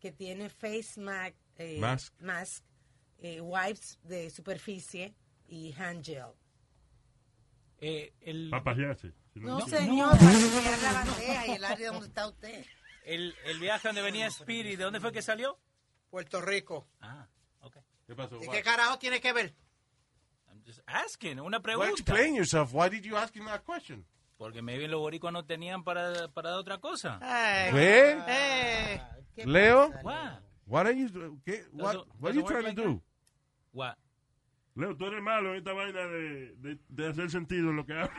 Speaker 7: que tiene face mask, eh,
Speaker 3: Mask.
Speaker 7: mask, eh, wipes de superficie y hand gel.
Speaker 9: Eh, el...
Speaker 8: Papajearse.
Speaker 7: No, señor, para limpiar la bandeja y el área donde está usted.
Speaker 9: El, el viaje donde venía Spirit, ¿de dónde fue que salió?
Speaker 6: Puerto Rico.
Speaker 9: Ah, ok.
Speaker 3: ¿Qué pasó?
Speaker 6: ¿Y qué carajo tiene que ver?
Speaker 9: Just asking, una
Speaker 3: Well,
Speaker 9: pregunta.
Speaker 3: explain yourself. Why did you ask him that question?
Speaker 9: Porque maybe los boricuas no tenían para, para dar otra cosa.
Speaker 3: Ah,
Speaker 6: Eh,
Speaker 3: Well, Leo,
Speaker 9: What?
Speaker 3: what are you, do- qué- what,
Speaker 8: Doesn't-
Speaker 3: what are you
Speaker 8: doesn't work
Speaker 3: trying to
Speaker 8: like
Speaker 3: do?
Speaker 9: What?
Speaker 8: Leo, tú eres malo en esta vaina de, de, de hacer sentido en lo que hablas.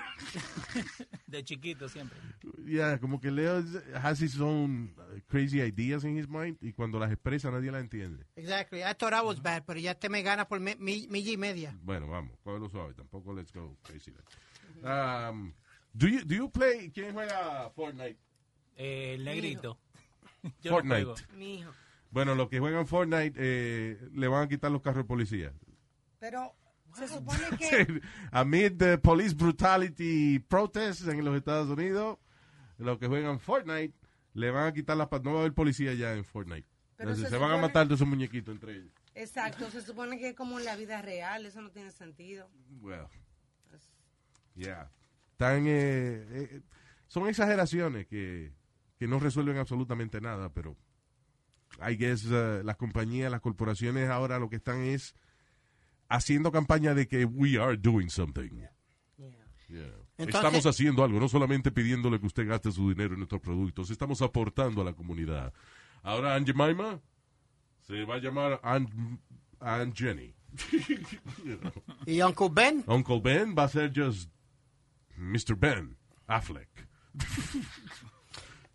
Speaker 9: De chiquito siempre.
Speaker 3: Yeah, como que Leo is- has his own uh, crazy ideas in his mind y cuando las expresa nadie las entiende.
Speaker 6: Exactly. I thought I was bad, pero ya te me gana por mi- mi- milla y media.
Speaker 3: Bueno, vamos, cógelo suave, tampoco let's go crazy. Um, do you do you play quién juega Fortnite?
Speaker 9: Eh, el negrito. Yo no
Speaker 3: Fortnite.
Speaker 9: juego.
Speaker 7: Mi hijo.
Speaker 3: Bueno, los que juegan Fortnite eh, le van a quitar los carros de policía.
Speaker 7: Pero se supone que
Speaker 3: Amid the police brutality protests en los Estados Unidos, los que juegan Fortnite le van a quitar las pa- no va a haber policía ya en Fortnite.
Speaker 7: Pero
Speaker 3: Entonces,
Speaker 7: se
Speaker 3: se, van a
Speaker 7: supone-
Speaker 3: matar todos esos muñequitos entre ellos.
Speaker 7: Exacto, se supone que es como en la vida real, eso no tiene sentido.
Speaker 3: Well, yeah. Tan, eh, eh, son exageraciones que, que no resuelven absolutamente nada, pero I guess uh, las compañías, las corporaciones ahora lo que están es haciendo campaña de que we are doing something. Yeah.
Speaker 12: Entonces-
Speaker 3: estamos haciendo algo, no solamente pidiéndole que usted gaste su dinero en nuestros productos, estamos aportando a la comunidad. Ahora Aunt Jemima se va a llamar Aunt, Aunt Jenny. You know.
Speaker 6: ¿Y Uncle Ben?
Speaker 3: Uncle Ben va a ser just Mr. Ben Affleck.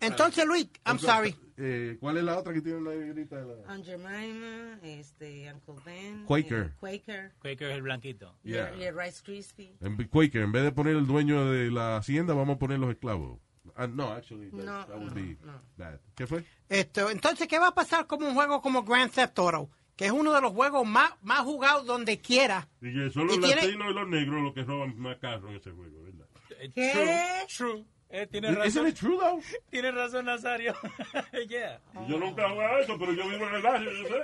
Speaker 6: Entonces, Luis, I'm sorry.
Speaker 3: Eh, ¿Cuál es la otra que tiene la negrita? de la-
Speaker 7: Aunt Jemima, este, Uncle Ben.
Speaker 3: Quaker.
Speaker 7: eh, Quaker.
Speaker 9: Quaker es el blanquito.
Speaker 7: Y
Speaker 3: Yeah.
Speaker 7: el- y el Rice Krispie.
Speaker 3: En Quaker, en vez de poner el dueño de la hacienda, vamos a poner los esclavos. Ah, no, actually, that,
Speaker 6: No,
Speaker 3: that would
Speaker 6: no,
Speaker 3: be
Speaker 6: no.
Speaker 3: bad. ¿Qué fue?
Speaker 6: Esto, entonces, ¿qué va a pasar con un juego como Grand Theft Auto? Que es uno de los juegos más, más jugados donde quiera.
Speaker 8: Y que son los
Speaker 6: Y tiene-
Speaker 8: latinos y los negros los que roban más carros en ese juego, ¿verdad?
Speaker 9: Eh, True, true. Eh, tiene
Speaker 8: Isn't
Speaker 9: razón.
Speaker 8: it true,
Speaker 3: though?
Speaker 9: Tiene razón, Nazario. yeah.
Speaker 8: Y Yo nunca hago eso, pero yo vivo en el barrio, yo sé.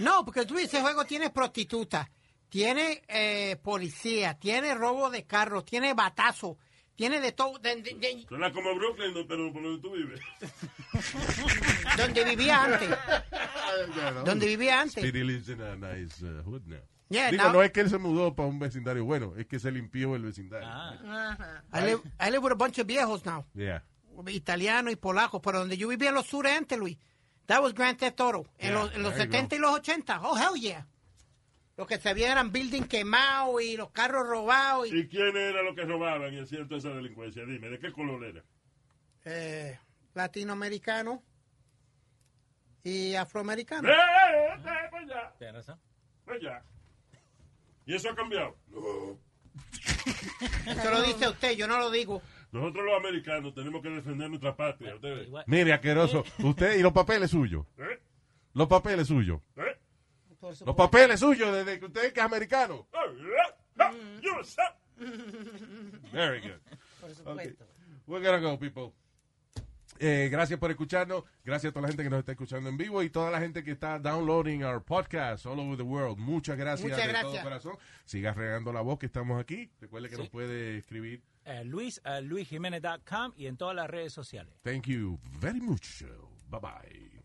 Speaker 6: No, porque tú ese juego tiene prostituta, tiene eh, policía, tiene robo de carros, tiene batazo, tiene de todo. de- de- de-
Speaker 8: Suena como Brooklyn, no, pero por donde tú vives.
Speaker 6: donde vivía antes. Donde vivía antes.
Speaker 3: Speedy lives in a nice uh, hood now.
Speaker 6: Yeah,
Speaker 3: Digo,
Speaker 6: now-
Speaker 3: no es que él se mudó para un vecindario bueno, es que se limpió el vecindario.
Speaker 9: Ah.
Speaker 7: Ajá.
Speaker 6: I live, I live with a bunch of viejos now,
Speaker 3: Yeah.
Speaker 6: italianos y polacos, pero donde yo vivía en los sures antes, Luis. That was Grand Theft Auto, en
Speaker 3: Yeah,
Speaker 6: los, en los
Speaker 3: there you
Speaker 6: 70 y los 80. Oh, hell yeah. Lo que se veía eran building quemados y los carros robados. Y,
Speaker 8: ¿Y quién era lo que robaban en cierto esa delincuencia? Dime, ¿de qué color era?
Speaker 6: eh, latinoamericanos y afroamericanos.
Speaker 8: ¡Eh, eh, eh, eh, pues ya,
Speaker 9: Tiene razón.
Speaker 8: pues ya. ¿Y eso ha cambiado? No.
Speaker 6: Eso lo dice usted, yo no lo digo.
Speaker 8: Nosotros los americanos tenemos que defender nuestra patria, ustedes.
Speaker 3: Mire, asqueroso. Usted y los papeles suyos.
Speaker 8: ¿Eh?
Speaker 3: Los papeles suyos.
Speaker 8: ¿Eh?
Speaker 3: Los papeles suyos desde que usted que es americano.
Speaker 8: Yo sé.
Speaker 3: Very good.
Speaker 7: Por
Speaker 3: supuesto. We're gonna go, people. Eh, gracias por escucharnos. Gracias a toda la gente que nos está escuchando en vivo y toda la gente que está downloading our podcast all over the world. Muchas gracias
Speaker 9: Muchas
Speaker 3: de todo
Speaker 9: gracias.
Speaker 3: corazón. Siga regando la voz que estamos aquí. Recuerde que
Speaker 9: Sí.
Speaker 3: nos puede escribir.
Speaker 9: Eh, Luis a luisjimenez.com y en todas las redes sociales.
Speaker 3: Thank you very much. Bye bye.